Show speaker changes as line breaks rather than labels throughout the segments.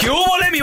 ¿Qué hubo, le, mi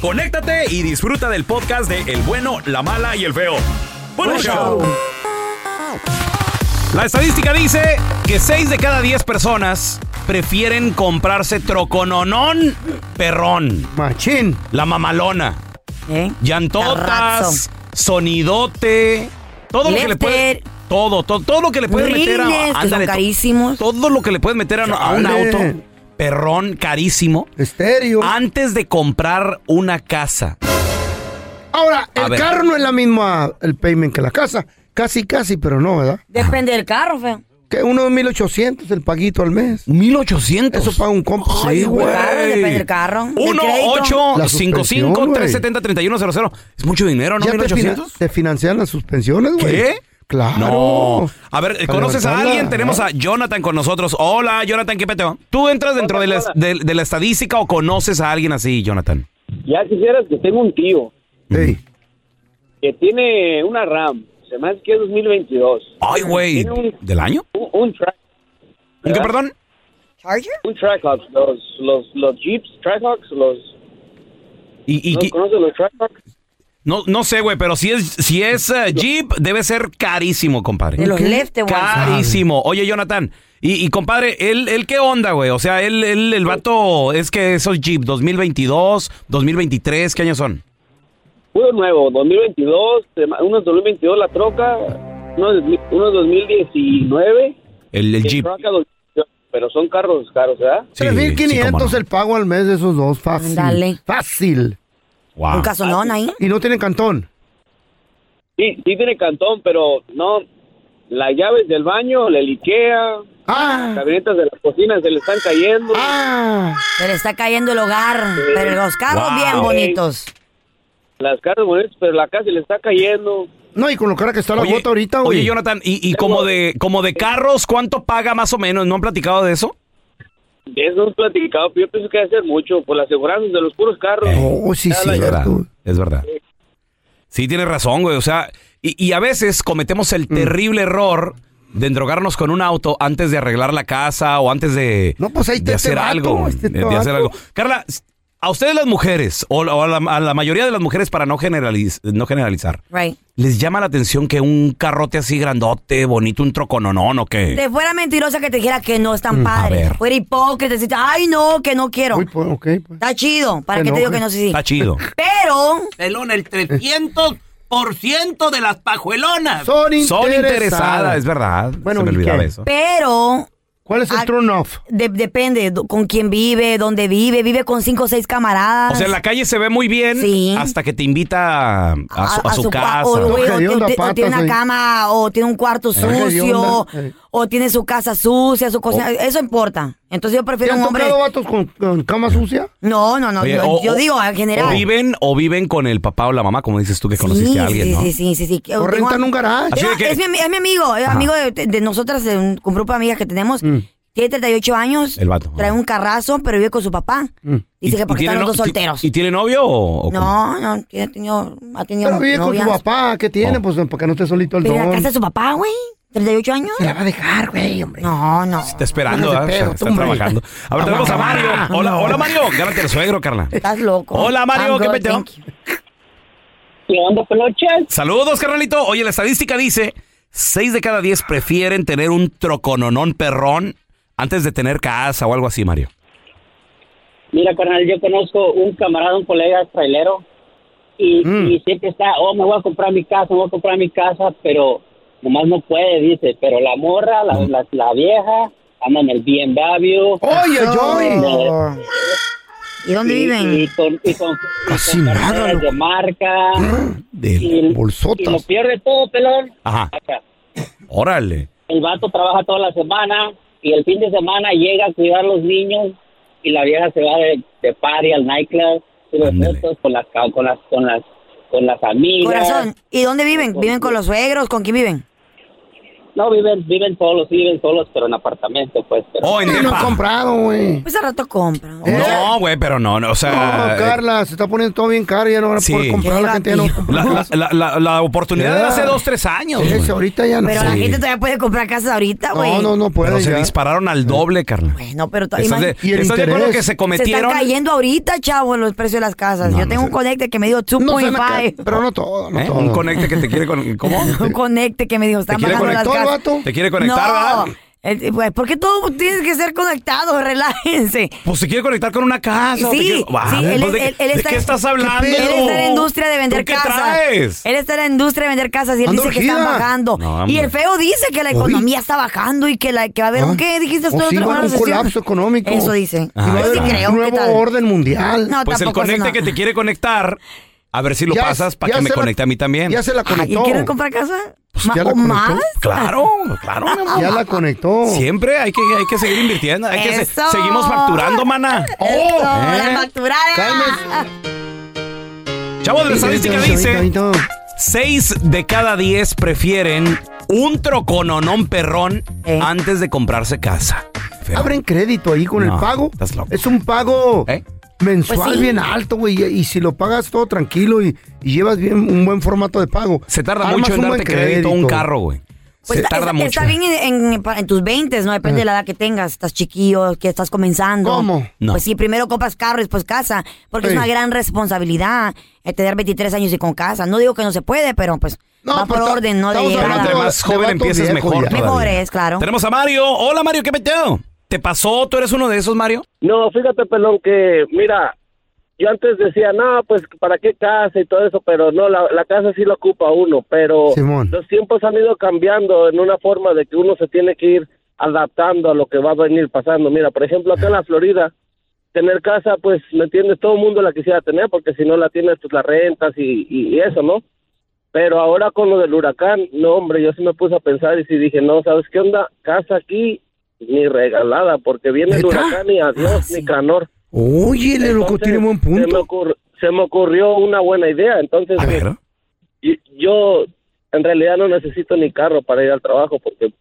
conéctate y disfruta del podcast de El bueno, la mala y el feo. ¡Buen show! La estadística dice que 6 de cada 10 personas prefieren comprarse trocononón perrón.
Machín.
La mamalona.
¿Eh?
Llantotas,
Carrazo.
sonidote, todo lo que le puede...
Lefter.
Todo, todo, todo lo que le puedes meter a...
Rines, que
ándale,
son
to-
carísimos.
todo lo que le puedes meter a, a un
Chale.
auto perrón carísimo
Estéreo.
antes de comprar una casa.
Ahora,
A
el
ver.
carro no es la misma el payment que la casa. Casi, casi, pero no, ¿verdad?
Depende del carro, feo.
Que uno de 1800 el paguito al mes.
1800.
Eso paga un compa.
Sí, güey.
Claro, depende del carro. del crédito.
1-8-55-370-3100. Es mucho dinero, ¿no?
¿Ya te, fina-
1800.
te financian las suspensiones, güey?
¿Qué?
Claro.
No. A ver,
Para
¿conoces a
levantarla,
alguien? Tenemos a Jonathan con nosotros. Hola, Jonathan, ¿qué peteo? ¿Tú entras dentro de la, de- de la estadística o conoces a alguien así, Jonathan?
Ya quisieras que tengo un tío
Ey,
que tiene una RAM, se me hace que es 2022.
Ay, güey.
Tiene un-
¿Del año?
Uh,
Un, un track,
¿Un qué, perdón?
¿Charger?
un Trackhawks, los, los, los Jeeps Trackhawks, los,
¿Y, y
¿no
qué-
conoces los Trackhawks?
No, no sé, güey, pero si es, si es eh, Jeep, debe ser carísimo,
De
compadre.
los left, güey.
Carísimo. Oye, Jonathan, y, y, compadre, ¿él, él qué onda, güey? O sea, él, él- el vato, es que esos Jeep 2022, 2023, ¿qué años son?
Puro nuevo, 2022, se ma- unos 2022 la troca, unos, de- unos 2019.
El, el Jeep.
Troca 2018, pero son carros caros, ¿verdad?
Sí,
3.500
sí,
el pago al mes de esos dos. Fácil.
Ándale.
Fácil.
cómo no.
Un
Wow.
casonón ahí.
Y no tienen cantón.
Sí, sí tiene cantón, pero no, las llaves del baño, la liquea,
Ah.
cabinetas de la cocina se le están cayendo.
Ah.
Se le está cayendo el hogar. Pero los carros
Wow.
bien bonitos.
Las caras bonitas, pero la casa se le está cayendo.
No, y con lo cara que está la
Oye,
bota ahorita, güey.
oye, Jonathan, y, y como de como de carros, ¿cuánto paga más o menos? ¿No han platicado de eso?
De eso hemos platicado, pero yo pienso que hacer mucho por las seguranzas de los puros carros.
Oh, sí, sí,
Es verdad,
uh.
cierto.
es verdad. Sí, tienes razón, güey. O sea, y, y a veces cometemos
Mm.
el terrible error de endrogarnos con un auto antes de arreglar la casa o antes de,
No, pues ahí
de
está este
hacer
vato,
algo.
este
de
vato.
hacer algo. Carla, a ustedes las mujeres, o, la- o a, la, a la mayoría de las mujeres para no, generaliz- no generalizar,
Right.
¿les llama la atención que un carrote así grandote, bonito, un trocononón o qué?
Te fuera mentirosa que te dijera que no es tan padre.
Mm, ver.
Fuera hipócrita. decirte, ay, no, que no quiero.
Uy, pues, ok, pues.
Está chido. ¿Para
Te
qué te digo
enojas.
que no? Sí, sí.
Está chido.
Pero
Pelón, el 300% de las pajuelonas.
Son interesadas.
Son interesadas, es verdad.
Ah. Bueno,
Se me
¿y
olvidaba
qué?
eso.
Pero
¿Cuál es el
Ah,
turn off?
de- depende do- con quién vive, dónde vive, vive con cinco o seis camaradas.
O sea, en la calle se ve muy bien
Sí.
hasta que te invita a, a su, a su casa.
O, güey,
Ojo
o
de
ti-
onda,
o ti- o
patas
tiene una
ahí.
cama, o tiene un cuarto
Ojo de
sucio,
onda, eh.
o tiene su casa sucia, su cocina. Eso importa. Entonces yo
¿Te
prefiero
Oh. han
un hombre.
tocado vatos con, con cama sucia?
No, no, no.
Oye,
yo,
o-
yo
o-
digo en
O
general.
viven, o viven con el papá o la mamá, como dices tú que conociste
sí,
a alguien,
sí,
¿no?
sí, sí, sí, sí.
¿O
Tengo-
rentan un garage?
Así de
Tengo-
que-
es, mi, ami- es mi amigo, es amigo de, de nosotras, de un, con un grupo de amigas que tenemos.
Mm.
Tiene 38 años.
El vato,
Trae
ah.
un carrazo, pero vive con su papá.
Mm.
Dice que porque
tiene
están los
no-
dos solteros.
¿Y tiene novio o, o cómo?
No, no, tiene- ha tenido, ha tenido
Pero vive con su
novias.
papá, ¿qué tiene?
Oh.
Pues para que no esté solito el
Pero en la
don.
casa de su papá, güey. 38 años.
Se la va a dejar, güey, hombre.
No, no.
Está esperando, ¿ah?
Déjate
O sea,
pedo,
está
tú, hombre.
trabajando. A ver, tenemos a Mario. Hola, hola Mario. Gánate el suegro, Carla.
Estás loco.
Hola, Mario,
I'm
¿qué
good,
peteo?
thank you.
¿Qué onda, pelochas?
Saludos, carnalito. Oye, la estadística dice: 6 de cada 10 prefieren tener un trocononón perrón antes de tener casa o algo así, Mario.
Mira, carnal, yo conozco un camarada, un colega trailero, y, y siempre está, oh, me voy a comprar mi casa, me voy a comprar mi casa, pero nomás no puede, dice, pero la morra, la, la, la vieja, anda en el bien babio.
Oye, Joey.
Oh. ¿Y dónde
Y,
viven?
con, y con, y
Casi
con
nada,
carteras
loco.
de marca.
Del.
y,
bolsotas.
y lo pierde todo, pelón.
Ajá.
Acá.
Órale.
El vato trabaja toda la semana y el fin de semana llega a cuidar los niños y la vieja se va de, de party al nightclub, sube
Ándale.
fotos con las, ca- con las, con las, con las amigas.
Corazón, ¿y dónde
Oh,
viven? ¿Viven con los suegros? ¿Con quién viven?
No, viven, viven solos, sí, viven solos, pero en apartamento, pues. pero-
Oh, en
No
depa.
han comprado, Ah, güey.
Pues al rato compran.
¿Eh?
No, güey, pero no, no, o
No,
sea. eh,
Carla, se está poniendo todo bien caro, ya no van a
Sí.
poder comprar, la gente ya no compra.
La, la- la- la- la oportunidad de hace dos, tres años.
Ese
güey.
Pues ahorita ya no.
Pero la
Sí.
gente todavía puede comprar casas ahorita, güey.
no, no, no puede
Pero se
ya.
dispararon al doble, Carla.
Bueno, pero to-
¿Estás de,
imagínate,
Y el
estás de acuerdo
interés.
que se
se están
cometieron? ¿eh?
cayendo ahorita, chavo, los precios de las casas.
No,
Yo
no
tengo
sé.
un conecte que me dio
No se van a
2.5.
caer, pero no todo, no
¿Eh?
todo.
Un conecte que te quiere con, ¿Cómo?
un conecte que me dijo, están
quiere
bajando las
conectar,
casas.
vato?
¿Te quiere conectar,
no.
verdad?
El- Pues, ¿por qué todo tiene que ser conectado? Relájense.
Pues se quiere conectar con una casa. te
Sí,
quiere-
sí,
Wow,
él
pues,
es-
¿de,
él- él
de
está-
qué estás hablando?
Él está en la industria de vender
¿Tú qué
casas.
traes?
Él está en la industria de vender casas y él Ah,
Ando
dice que están
urgida.
bajando.
No, hombre.
y el feo dice que la
Uy.
economía está bajando y que, la, que va a haber un qué dijiste
O
tú
sí,
otra-
va a haber
una
un
recesión?
colapso económico.
Eso dice.
Y va a
Yo sí
haber
creo
un
¿qué
nuevo
tal?
orden mundial.
No,
Pues
tampoco
el
eso
conecte
no.
que te quiere conectar, a ver si lo
Ya-
pasas para
ya
que me
se la-
conecte a mí también. Pues
Ya se la
Ah, ¿Y
conectó.
quieren comprar casa? Ma-
ya la
¿O
conectó.
más?
Claro, claro, mi amor.
Ya la conectó.
Siempre hay que, hay que seguir invirtiendo, hay que se-
Eso.
seguimos facturando, mana.
Eso,
¿Eh?
la facturada.
Cálmese.
Chavo, de la estadística
Ahorita, ahorita,
dice,
ahorita.
6 de cada 10 prefieren un trocononón perrón
Eh.
antes de comprarse casa. Feo.
Abren crédito ahí con
No,
el pago.
estás loco.
Es un pago
¿Eh?
mensual
Pues sí.
bien alto, güey. Y si lo pagas todo tranquilo y, y llevas bien un buen formato de pago.
Se tarda
armas
mucho en
un buen
darte crédito a un carro, güey.
Pues
se
está,
tarda
está-
mucho.
está bien en, en- en tus 20, ¿no? Depende de la edad que tengas. Estás chiquillo, que estás comenzando.
¿Cómo?
No.
Pues sí, primero compras carro y después casa. Porque
Sí.
es una gran responsabilidad eh, tener 23 años y con casa. No digo que no se puede, pero pues
No,
va por
pues está-
orden, ¿no? De
estamos
llegar.
hablando
Entre
de-
más
de
joven
vato
empieces,
viejo
mejor.
ya.
todavía.
Mejores, claro.
Tenemos a Mario. Hola, Mario, ¿qué peteo? ¿Te pasó? ¿Tú eres uno de esos, Mario?
No, fíjate, pelón, que mira, yo antes decía, no, pues para qué casa y todo eso, pero no, la, la casa sí la ocupa uno, pero
Simón.
los tiempos han ido cambiando en una forma de que uno se tiene que ir adaptando a lo que va a venir pasando. Mira, por ejemplo, acá en la Florida, tener casa, pues, ¿me entiendes? Todo el mundo la quisiera tener porque si no la tienes, pues la rentas y, y eso, ¿no? Pero ahora con lo del huracán, no, hombre, yo sí me puse a pensar y sí dije, no, ¿sabes qué onda? Casa aquí ni regalada porque viene el
¿Neta?
huracán y adiós,
Ah, sí.
ni canor.
Oye, el loco
Entonces,
tiene buen
Se me,
punto.
ocur- se me ocurrió una buena idea. Entonces, eh,
A ver.
y- yo en realidad no necesito ni carro para ir al trabajo porque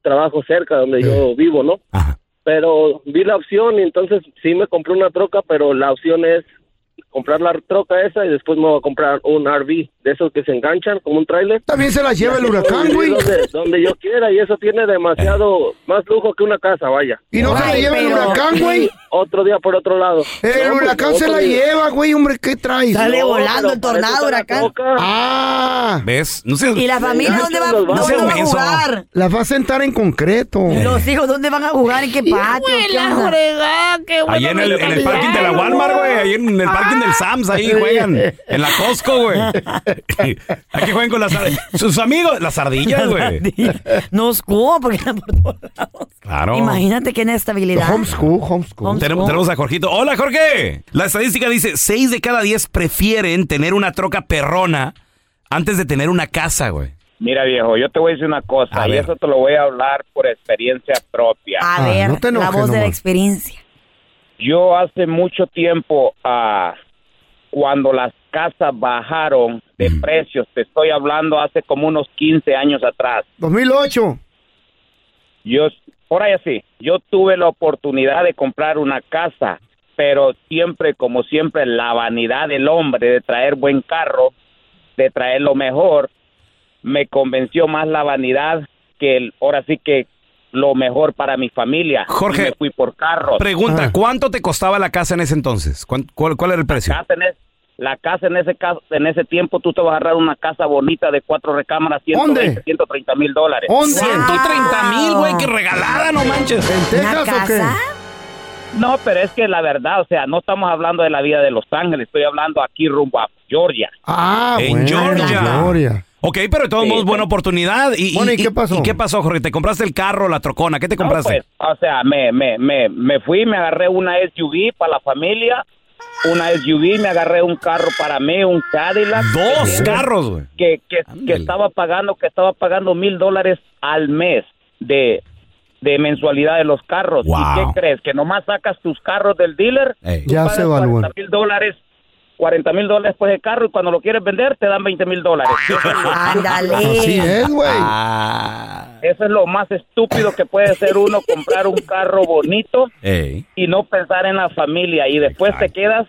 trabajo cerca donde yo vivo, ¿no?
Ajá.
Pero vi la opción y entonces sí me compré una troca, pero la opción es comprar la troca esa y después me voy a comprar un RV de esos que se enganchan como un tráiler.
También se la lleva el huracán, güey.
Donde, donde yo quiera y eso tiene demasiado más lujo que una casa, vaya.
Y no se la
Ay,
lleva el
pero-
huracán, güey.
Otro día por otro lado.
El
No, pues,
huracán se
otro
la
día.
lleva, güey. Hombre, ¿qué traes?
Sale
No,
volando
pero
el tornado,
para eso está la
huracán.
troca.
Ah,
¿Ves? No sé.
¿Y la familia dónde va,
No
dónde
seas
va a
menso.
jugar?
las va a sentar en concreto.
¿Los hijos dónde van a jugar? ¿En qué patio? ¿Qué onda?
Allí en el, en el parking de la Walmart, güey. Ahí en el parking en el Sams ahí, juegan. En la Costco, güey. Aquí juegan con las ardillas. Sus amigos, las ardillas, güey.
No school, porque eran por todos lados.
Claro.
Imagínate qué inestabilidad.
Homeschool, homeschool.
Homeschool.
Tenemos, tenemos a Jorgito. Hola, Jorge. La estadística dice, 6 de cada 10 prefieren tener una troca perrona antes de tener una casa, güey.
Mira, viejo, yo te voy a decir una cosa,
A
y
ver.
eso te lo voy a hablar por experiencia propia.
A
Ah,
ver,
no te
la
enojes
voz de la
nomás.
experiencia.
Yo hace mucho tiempo, ah, cuando las casas bajaron de precios, te estoy hablando hace como unos 15 años atrás.
2008.
Yo, por ahí así, yo tuve la oportunidad de comprar una casa, pero siempre, como siempre, la vanidad del hombre de traer buen carro, de traer lo mejor, me convenció más la vanidad que el, ahora sí que lo mejor para mi familia.
Jorge,
Y me fui por carros.
Pregunta,
Ah.
¿cuánto te costaba la casa en ese entonces? ¿Cuán- ¿Cuál, cuál era el precio?
Casa en es- la casa en ese caso, en ese tiempo tú te vas a agarrar una casa bonita de cuatro recámaras, 120,
¿Dónde?
130 mil dólares.
¿Dónde?
130 mil, güey, que regalada, no manches.
¿En
¿Una
Texas o qué?
casa?
No, pero es que la verdad, o sea, no estamos hablando de la vida de Los Ángeles, estoy hablando aquí rumbo a Georgia.
Ah,
En
bueno,
Georgia.
en Georgia.
Ok, pero de todos
Sí,
modos,
sí.
buena oportunidad. Y,
Bueno, ¿y qué pasó?
¿Y qué pasó, Jorge? ¿Te compraste el carro, la trocona? ¿Qué te
No,
compraste?
pues, o sea, me, me, me, me fui, me agarré una SUV para la familia, una SUV, me agarré un carro para mí, un Cadillac.
Dos carros, güey.
que, que,
Ándale.
que estaba pagando que estaba pagando mil dólares al mes de, de mensualidad de los carros.
Wow.
¿Y qué crees? Que nomás sacas tus carros del dealer,
Ey.
tú
Ya
pagas
se evalúan.
40 mil dólares, 40 mil dólares por el carro y cuando lo quieres vender te dan 20 mil dólares.
Así
Ándale.
es, güey.
Ah,
Eso es lo más estúpido que puede ser uno, comprar un carro bonito
ey.
y no pensar en la familia y después te quedas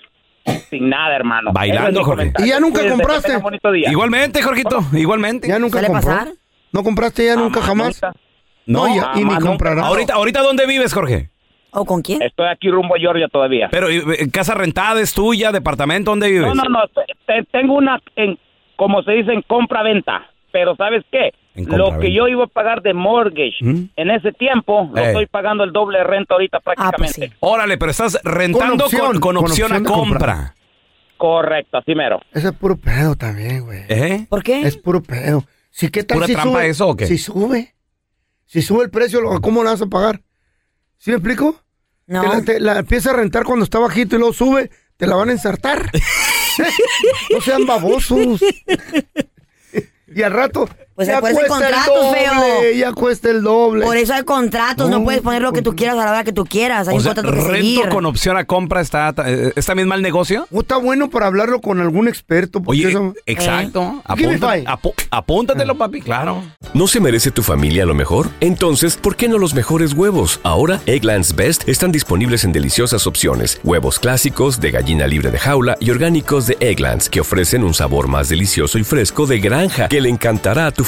sin nada, hermano. Ese
Bailando,
es mi
Jorge.
comentario.
¿Y ya nunca
Cuídense, que
compraste?
tengan bonito día.
Igualmente, Jorgito, igualmente.
Ya nunca
¿Suele
compró.
pasar?
¿No compraste ya nunca
Jamás,
jamás?
nunca.
No, ya, y ni
jamás,
comprarás.
Ahorita, ahorita, ¿dónde vives, Jorge?
¿O Oh, con quién?
Estoy aquí rumbo a Georgia todavía.
Pero, eh, ¿casa rentada es tuya? ¿Departamento? ¿Dónde vives?
No, no, no. te- te- tengo una, en, como se dice, en compra-venta. Pero ¿sabes qué?
En
Lo
compra-venta. Mm.
que yo iba a pagar de mortgage en ese tiempo, lo
Eh.
estoy pagando el doble de renta ahorita
Ah, pues
prácticamente.
sí.
Órale, pero estás rentando con opción,
opción,
con,
con
opción,
opción de
a compra.
compra.
Correcto, así mero.
Ese es puro pedo también, güey.
¿Eh?
¿Por qué?
Es puro pedo. Si, ¿qué tal
¿Pura
si
trampa
sube?
eso o qué?
Si sube. Si sube el precio, lo- ¿cómo lo vas a pagar? ¿Sí me explico?
No.
Te la, te la empieza a rentar cuando está bajito y luego sube, te la van a ensartar. no sean babosos. y al rato.
Pues acuérdese contratos,
el doble,
feo.
ya cuesta el doble.
Por eso hay contratos, no,
No,
puedes poner lo que tú quieras a la hora que tú quieras. Hay
O
un
sea,
contrato que
¿rento
seguir.
con opción a compra está, eh, está bien mal negocio?
O está bueno para hablarlo con algún experto. porque
Oye,
eso- Eh.
exacto.
Give me
Apúntate-
five. Eh.
apú- apúntatelo, papi, claro.
¿No se merece tu familia lo mejor? Entonces, ¿por qué no los mejores huevos? Ahora, Egglands Best están disponibles en deliciosas opciones. Huevos clásicos, de gallina libre de jaula y orgánicos de Egglands, que ofrecen un sabor más delicioso y fresco de granja que le encantará a tu familia.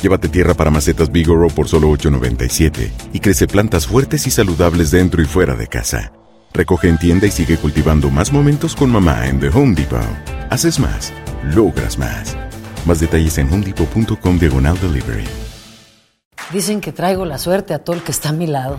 Llévate tierra para macetas Bigoro por solo $8.97 y crece plantas fuertes y saludables dentro y fuera de casa. Recoge en tienda y sigue cultivando más momentos con mamá en The Home Depot. Haces más, logras más. Más detalles en homedepot.com diagonal delivery.
Dicen que traigo la suerte a todo el que está a mi lado.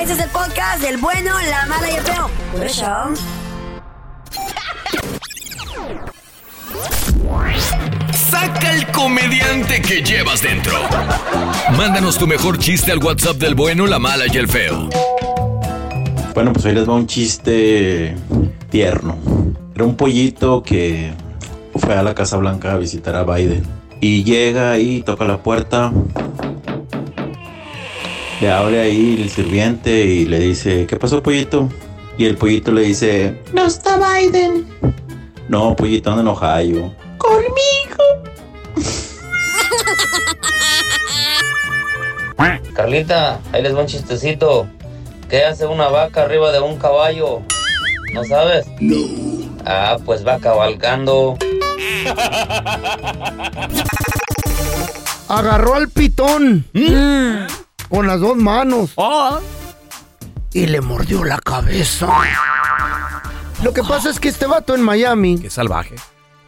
Ese es el podcast del bueno, la mala y el feo. Por eso.
Saca el comediante que llevas dentro. Mándanos tu mejor chiste al WhatsApp del bueno, la mala y el feo.
Bueno, pues hoy les va un chiste tierno. Era un pollito que
fue a la Casa Blanca a visitar a Biden. Y llega y toca la puerta. Le abre ahí el sirviente y le dice, ¿qué pasó, pollito? Y el pollito le dice,
No está Biden.
no, pollito, ando en Ohio.
Conmigo.
Carlita, ahí les va un chistecito. ¿Qué hace una vaca arriba de un caballo? ¿No sabes? No. Ah, pues va cabalgando.
Agarró al pitón con las dos manos y le mordió la cabeza. Lo que pasa es que este vato en Miami,
Qué salvaje.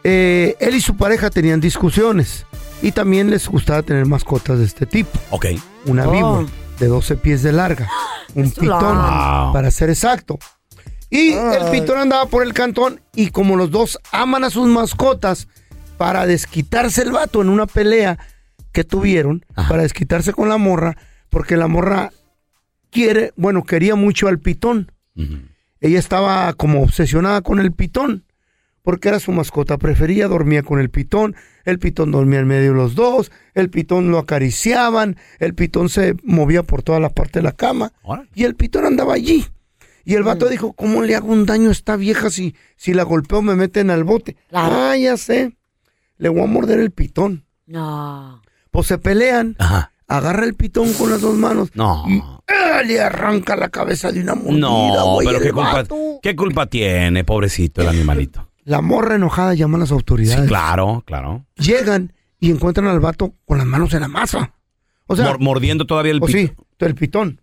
eh, él y su pareja tenían discusiones y también les gustaba tener mascotas de este tipo.
Ok.
Una
Oh.
víbora de 12 pies de larga, un pitón,
largo.
para ser exacto. Y el pitón andaba por el cantón y como los dos aman a sus mascotas, para desquitarse el vato en una pelea que tuvieron, para desquitarse con la morra, porque la morra quiere, bueno, quería mucho al pitón. Ella estaba como obsesionada con el pitón, porque era su mascota preferida, dormía con el pitón, el pitón dormía en medio de los dos, el pitón lo acariciaban, el pitón se movía por toda la parte de la cama y el pitón andaba allí. Y el vato dijo, ¿cómo le hago un daño a esta vieja si, si la golpeo me meten al bote? Ah, ya sé, le voy a morder el pitón.
No.
Pues se pelean, agarra el pitón con las dos manos,
No.
¡ah! le arranca la cabeza de una mordida.
No,
güey,
pero
el
qué culpa,
vato.
¿qué culpa tiene, pobrecito el animalito?
La morra enojada llama a las autoridades.
Claro, claro.
Llegan y encuentran al vato con las manos en la masa. O sea,
Mor- mordiendo todavía el
o
pito.
sí, el pitón.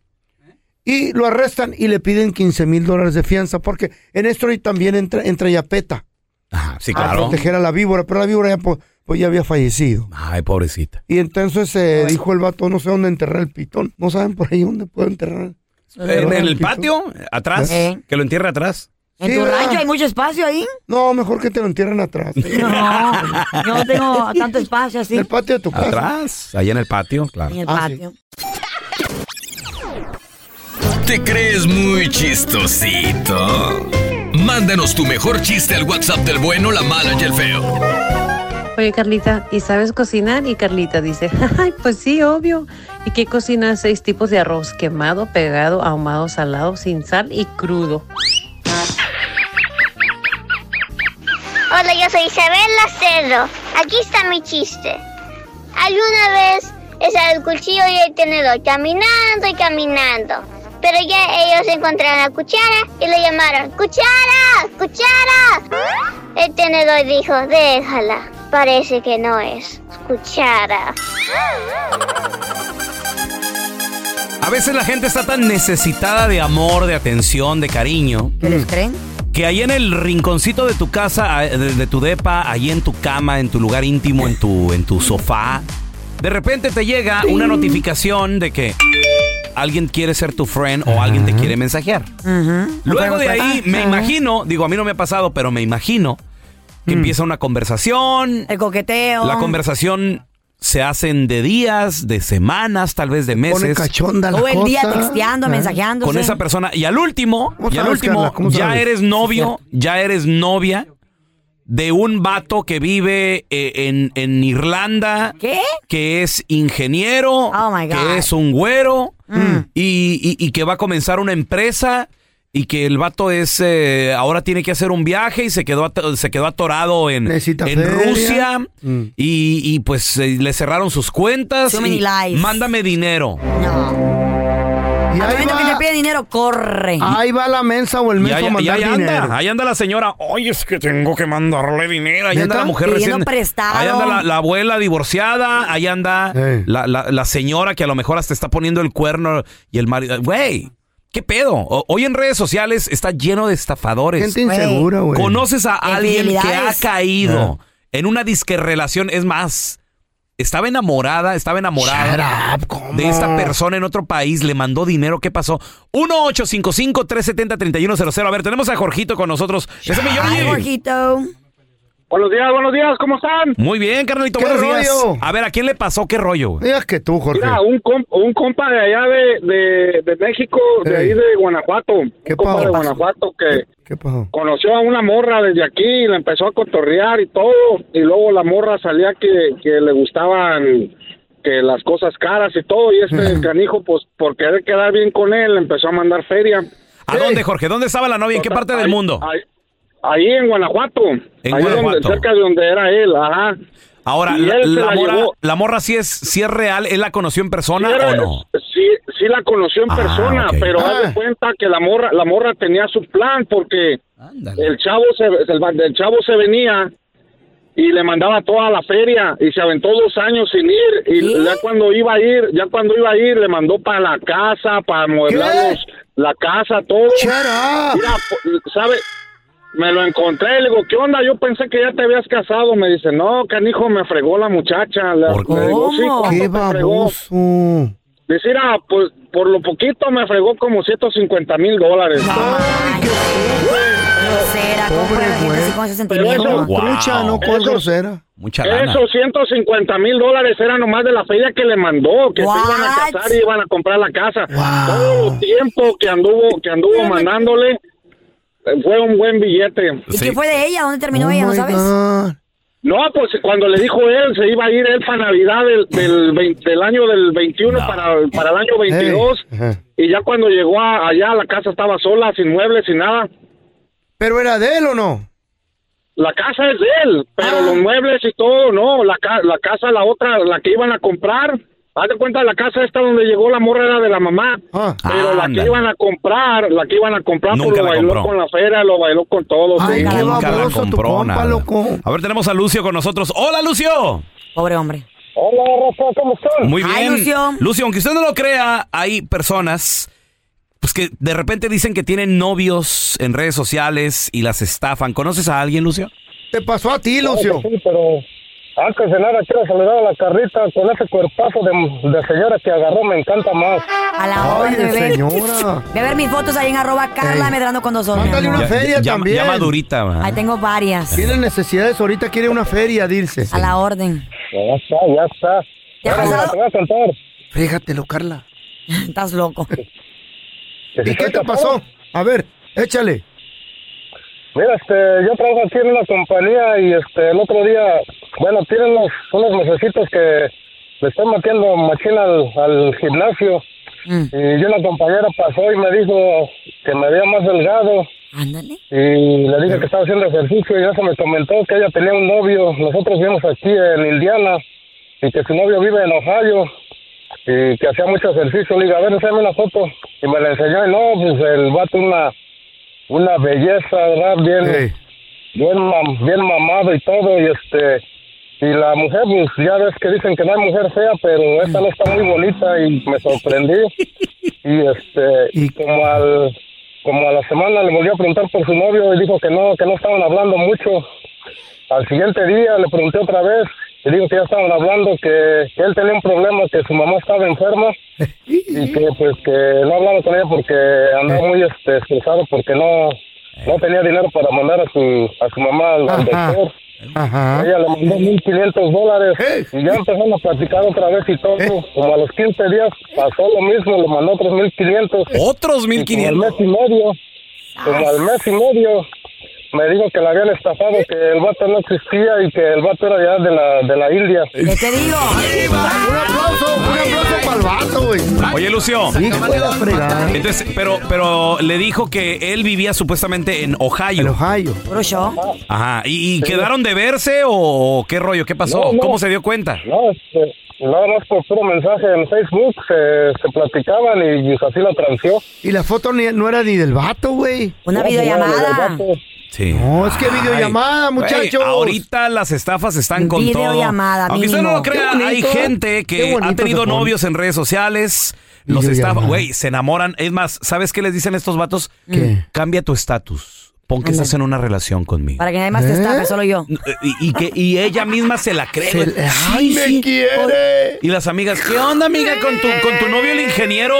Y lo arrestan y le piden 15 mil dólares de fianza, porque en esto ahí también entra, entra Yapeta
Ah, sí,
a
claro.
proteger a la víbora, pero la víbora ya, po- pues, ya había fallecido.
Ay, pobrecita.
Y entonces eh, dijo el vato, no sé dónde enterrar el pitón. No saben por ahí dónde puedo enterrar.
¿En, en el patio? ¿Atrás?
¿Eh?
¿Que lo entierre atrás?
¿En tu rancho hay mucho espacio ahí?
No, mejor que te lo entierren atrás.
No, yo no tengo tanto espacio así.
El patio de tu Ah,
casa.
¿Atrás? Allá en el patio, claro.
En el patio.
¿Te crees muy chistosito? Mándanos tu mejor chiste al WhatsApp del bueno, la mala y el feo.
Oye, Carlita, ¿y sabes cocinar? Y Carlita dice, ay, pues sí, obvio. ¿Y qué cocina? Seis tipos de arroz, quemado, pegado, ahumado, salado, sin sal y crudo.
Hola, yo soy Isabel Lacerdo. Aquí está mi chiste. Alguna vez estaba el cuchillo y el tenedor caminando y caminando. Pero ya ellos encontraron la cuchara y le llamaron, ¡Cuchara! ¡Cuchara! El tenedor dijo, déjala. Parece que no es cuchara.
A veces la gente está tan necesitada de amor, de atención, de cariño. mm,
¿Qué les creen?
Que ahí en el rinconcito de tu casa, a- de, de tu depa, ahí en tu cama, en tu lugar íntimo, en tu, en tu sofá, de repente te llega una notificación de que alguien quiere ser tu friend o alguien te quiere mensajear. Luego de
Ah,
ahí, me imagino, digo, a mí no me ha pasado, pero me imagino que empieza una conversación.
El coqueteo.
La conversación se hacen de días, de semanas, tal vez de meses.
Todo el día texteando, mensajeando.
Con esa persona. Y al último,
¿Cómo
y al
sabes,
último,
Carla? ¿Cómo
ya
sabes?
eres novio, ya eres novia de un vato que vive eh, en, en Irlanda.
¿Qué? Oh
Que es ingeniero.
my God. Mm.
Que es un güero. Y, y- y que va a comenzar una empresa. Y que el vato es. eh, ahora tiene que hacer un viaje y se quedó, at- se quedó atorado en, en
feria.
Rusia. Y, y, pues eh, le cerraron sus cuentas.
So
y
many lies.
mándame dinero.
Al momento que te pide dinero, corre.
Ahí va la mensa o el
Y
menso
ahí,
a
y
mandar
ahí
dinero.
anda, ahí anda la señora. Oye, es que tengo que mandarle dinero. Ahí anda
¿Neta?
la mujer
Pidiendo
recién.
prestado.
Ahí anda la, la abuela divorciada. Ahí anda la, la- la señora que a lo mejor hasta está poniendo el cuerno y el marido. Güey, ¿qué pedo? O- hoy en redes sociales está lleno de estafadores.
Gente insegura, güey. Ah.
Conoces a alguien que ha
Infidelidades.
caído en una disque relación. Es más, estaba enamorada, estaba enamorada de esta persona en otro país, le mandó dinero. ¿Qué pasó? 1-855-370-3100. A ver, tenemos a Jorgito con nosotros. Ese es mi Jorge.
Ay, Jorgito.
Buenos días, buenos días, ¿cómo están?
Muy bien, carnalito,
¿Qué
buenos días.
rollo?
A ver, ¿a quién le pasó qué rollo? güey?
Digas que tú, Jorge.
Mira, un, com- un compa de allá de, de, de México, de ahí de Guanajuato. un compa
pasó?
de Guanajuato que
¿Qué pasó?
conoció a una morra desde aquí y la empezó a cotorrear y todo. Y luego la morra salía que, que le gustaban que las cosas caras y todo. Y este canijo, pues por querer quedar bien con él, empezó a mandar feria. Pues,
¿A dónde, Jorge? ¿Dónde estaba la novia? ¿En qué parte del mundo?
Ahí, ahí en Guanajuato.
En
ahí donde-
Guanajuato.
cerca de donde era él, ajá.
Ahora,
Y
la,
él se
la
la
morra,
llevó.
la morra sí es, sí es real, ¿él la conoció en persona
Sí era-
o no?
Sí, sí la conoció en persona, pero haz de cuenta que la morra, la morra tenía su plan porque el chavo se, el, el chavo se venía y le mandaba toda la feria y se aventó dos años sin ir y ya cuando iba a ir, ya cuando iba a ir le mandó para la casa, para mueblarnos la casa, todo. Mira, po- sabe, me lo encontré, le digo, ¿qué onda? Yo pensé que ya te habías casado. Me dice, no, canijo, me fregó la muchacha. Le, le digo, "Sí, ¿cuánto
¡Qué
te fregó?"
baboso!
Dice, "Mira, pues por lo poquito me fregó como 150 mil dólares.
Ah,
Grosera, ¿cómo puede la gente así con esos
eso- Wow.
sentimientos?
pues, Trucha, no cuál
Eso-
grosera.
Mucha
Esos 150 mil dólares eran nomás de la feria que le mandó, que
What?
se iban a casar y iban a comprar la casa. Todo el tiempo que anduvo, que anduvo mandándole eh, fue un buen billete.
¿Y qué fue de ella? ¿Dónde
Oh
terminó ella? ¿No sabes?
No, pues cuando le dijo él, se iba a ir él para Navidad del, del, 20 del año del 21 para, para el año 22. Y ya cuando llegó a- allá, la casa estaba sola, sin muebles, sin nada.
¿Pero era de él o no? Ah.
La casa es de él, pero los muebles y todo, no. La, ca- la casa, la otra, la que iban a comprar. Haz de cuenta, la casa esta donde llegó la morra era de la mamá.
Ah.
Pero la
ándale.
que iban a comprar, la que iban a comprar,
Nunca
pues lo
la
bailó
compró.
con la feria, lo bailó con todo. sí.
Nunca la compró nada. A ver, tenemos a Lucio con nosotros. ¡Hola, Lucio!
Pobre hombre.
Hola, Rafa, ¿cómo están?
Muy bien. Lucio, aunque usted no lo crea, hay personas pues que de repente dicen que tienen novios en redes sociales y las estafan. ¿Conoces a alguien, Lucio?
Te pasó a ti, Lucio.
pues Sí, pero antes de nada quiero saludar a la carrita con ese cuerpazo de, de señora que agarró, me encanta más.
A la ¿eh? hora, bebé.
señora.
Ve a ver mis fotos ahí en arroba Carla Medrano con dos ojos.
Mándale una
Ya-
feria
ya-
también.
ya madurita, va.
Ahí tengo varias.
Tiene necesidades ahorita, quiere una feria, dirse.
A la orden.
Ya está, ya está. Ahora, mira, te voy a contar.
Fíjatelo, Carla.
Estás loco.
¿Y qué te pasó? A ver, échale.
Mira, este, yo trabajo aquí en una compañía y este, el otro día, bueno, tienen unos, unos mesecitos que le están metiendo machina al, al gimnasio. Y yo una compañera pasó y me dijo que me veía más delgado. Y le dije que estaba haciendo ejercicio y ya se me comentó que ella tenía un novio. Nosotros vivimos aquí en Indiana y que su novio vive en Ohio y que hacía mucho ejercicio. Le dije, a ver, enséñame una foto. Y me la enseñó y no, pues el vato una, una belleza, ¿verdad? Bien, bien, mam- bien mamado y todo. Y este y la mujer, pues ya ves que dicen que no hay mujer fea, pero esta no está muy bonita y me sorprendí. Y este, como al como a la semana le volví a preguntar por su novio y dijo que no, que no estaban hablando mucho. Al siguiente día le pregunté otra vez y dijo que ya estaban hablando, que, que él tenía un problema, que su mamá estaba enferma y que pues que no hablaba con ella porque andaba muy este, estresado porque no, no tenía dinero para mandar a su, a su mamá al, al
Ajá.
doctor.
Ajá.
Ella le mandó 1.500 dólares y ya empezaron a platicar otra vez y todo. Como a los 15 días pasó lo mismo, le mandó otros 1.500.
¿Otros
1.500? Al mes y medio, como al mes y medio, me dijo que la habían estafado, que el vato no existía y que el vato era ya de la, de la India.
te digo?
Un aplauso, un aplauso para el vato, güey.
Oye, Lucio.
Hijo de la fregada.
Entonces, pero, pero le dijo que él vivía supuestamente en Ohio. En
Ohio.
Puro show.
Ajá. ¿Y, y
Sí.
quedaron de verse o qué rollo? ¿Qué pasó?
No, no.
¿Cómo se dio cuenta?
No, este, nada más por puro mensaje en Facebook se, se platicaban y, y así la transió.
Y la foto ni- no era ni del vato, güey.
Una
No, videollamada.
Sí.
No, es que videollamada,
Ay,
muchachos.
güey, ahorita las estafas están con
Videollamada,
todo. Aunque usted no
mínimo.
lo crea,
Qué bonito. ¿eh?
hay gente
Qué
que
bonito
ha tenido
se pone.
novios en redes sociales, los
Videollamada.
estafan, güey, se enamoran. Es más, ¿sabes qué les dicen estos vatos? Cambia tu estatus. Pon que estás en una relación conmigo.
Para que nadie más te
¿Eh?
estafe, solo yo.
Y, y que, y ella misma se la cree. güey.
¡Ay, me quiere!
Y las amigas, ¿qué onda, amiga, con tu, con tu novio el ingeniero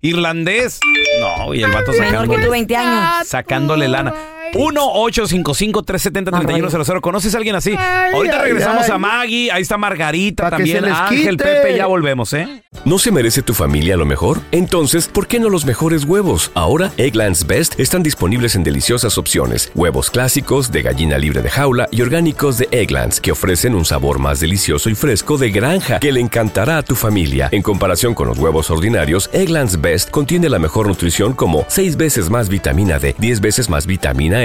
irlandés? No, y el vato
Menor
sacándole,
que tú, 20 años.
sacándole lana. 1-855-370-3100. ¿Conoces a alguien así? Ahorita
ay,
regresamos
ay.
a Maggie. Ahí está Margarita
que
también.
se les
Ángel,
quite.
Pepe, ya volvemos, ¿eh?
¿No se merece tu familia lo mejor? Entonces, ¿por qué no los mejores huevos? Ahora, Egglands Best están disponibles en deliciosas opciones. Huevos clásicos, de gallina libre de jaula y orgánicos de Egglands, que ofrecen un sabor más delicioso y fresco de granja que le encantará a tu familia. En comparación con los huevos ordinarios, Egglands Best contiene la mejor nutrición como 6 veces más vitamina D, 10 veces más vitamina E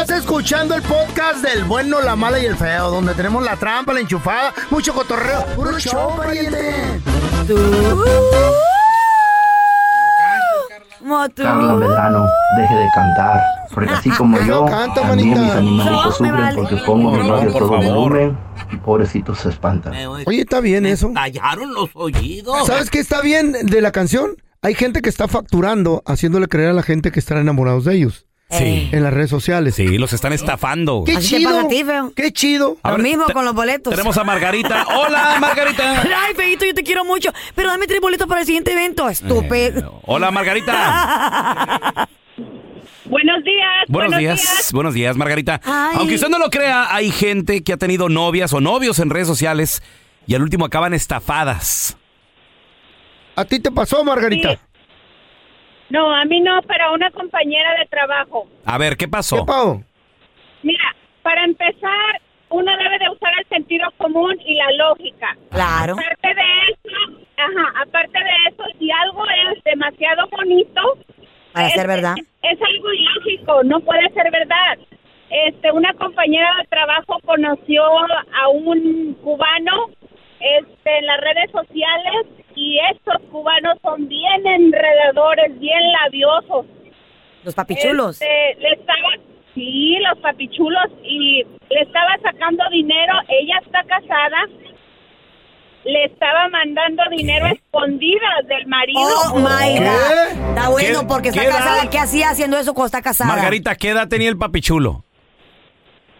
Estás escuchando el podcast del bueno, la mala y el feo, donde tenemos la trampa, la enchufada, mucho cotorreo. ¡Puro show, pariente!
Carla Medrano, deje de cantar. Porque así como yo,
Ah, canta,
también mis
manita.
animalitos
No, me
sufren
vale.
porque pongo mi
No,
radio a
por
todo
favor.
volumen y pobrecitos se espantan.
Oye, está bien eso.
Callaron los oídos.
¿Sabes qué está bien de la canción? Hay gente que está facturando, haciéndole creer a la gente que están enamorados de ellos.
Sí.
En las redes sociales.
Sí, los están estafando.
Qué
Así te
chido.
pasa a ti, feo.
Qué chido.
A
Lo
ver,
mismo
te-
con los boletos.
tenemos a Margarita. Hola, Margarita.
Ay, feito, yo te quiero mucho. Pero dame tres boletos para el siguiente evento, estúpido.
Hola, Margarita.
Buenos días.
Buenos, días. Buenos días, Margarita.
Ay.
Aunque usted no lo crea, hay gente que ha tenido novias o novios en redes sociales y al último acaban estafadas.
¿A ti te pasó, Margarita?
No, a mí no, pero a una compañera de trabajo.
A ver, ¿qué pasó?
Mira, para empezar, uno debe de usar el sentido común y la lógica.
Claro.
Aparte de eso, ajá, aparte de eso, si algo es demasiado bonito,
Para ser verdad.
es algo ilógico, no puede ser verdad. Este, una compañera de trabajo conoció a un cubano este, en las redes sociales y estos cubanos son bien enredadores, bien labiosos.
Los papichulos.
Este, le estaba, sí, los papichulos y le estaba sacando dinero, ella está casada. Le estaba mandando dinero a escondidas del marido.
Oh my
¿Qué?
God. Está bueno
¿Qué-
porque está
qué
casada.
edad?
¿Qué hacía haciendo eso cuando está casada?
Margarita, ¿qué edad tenía el papichulo?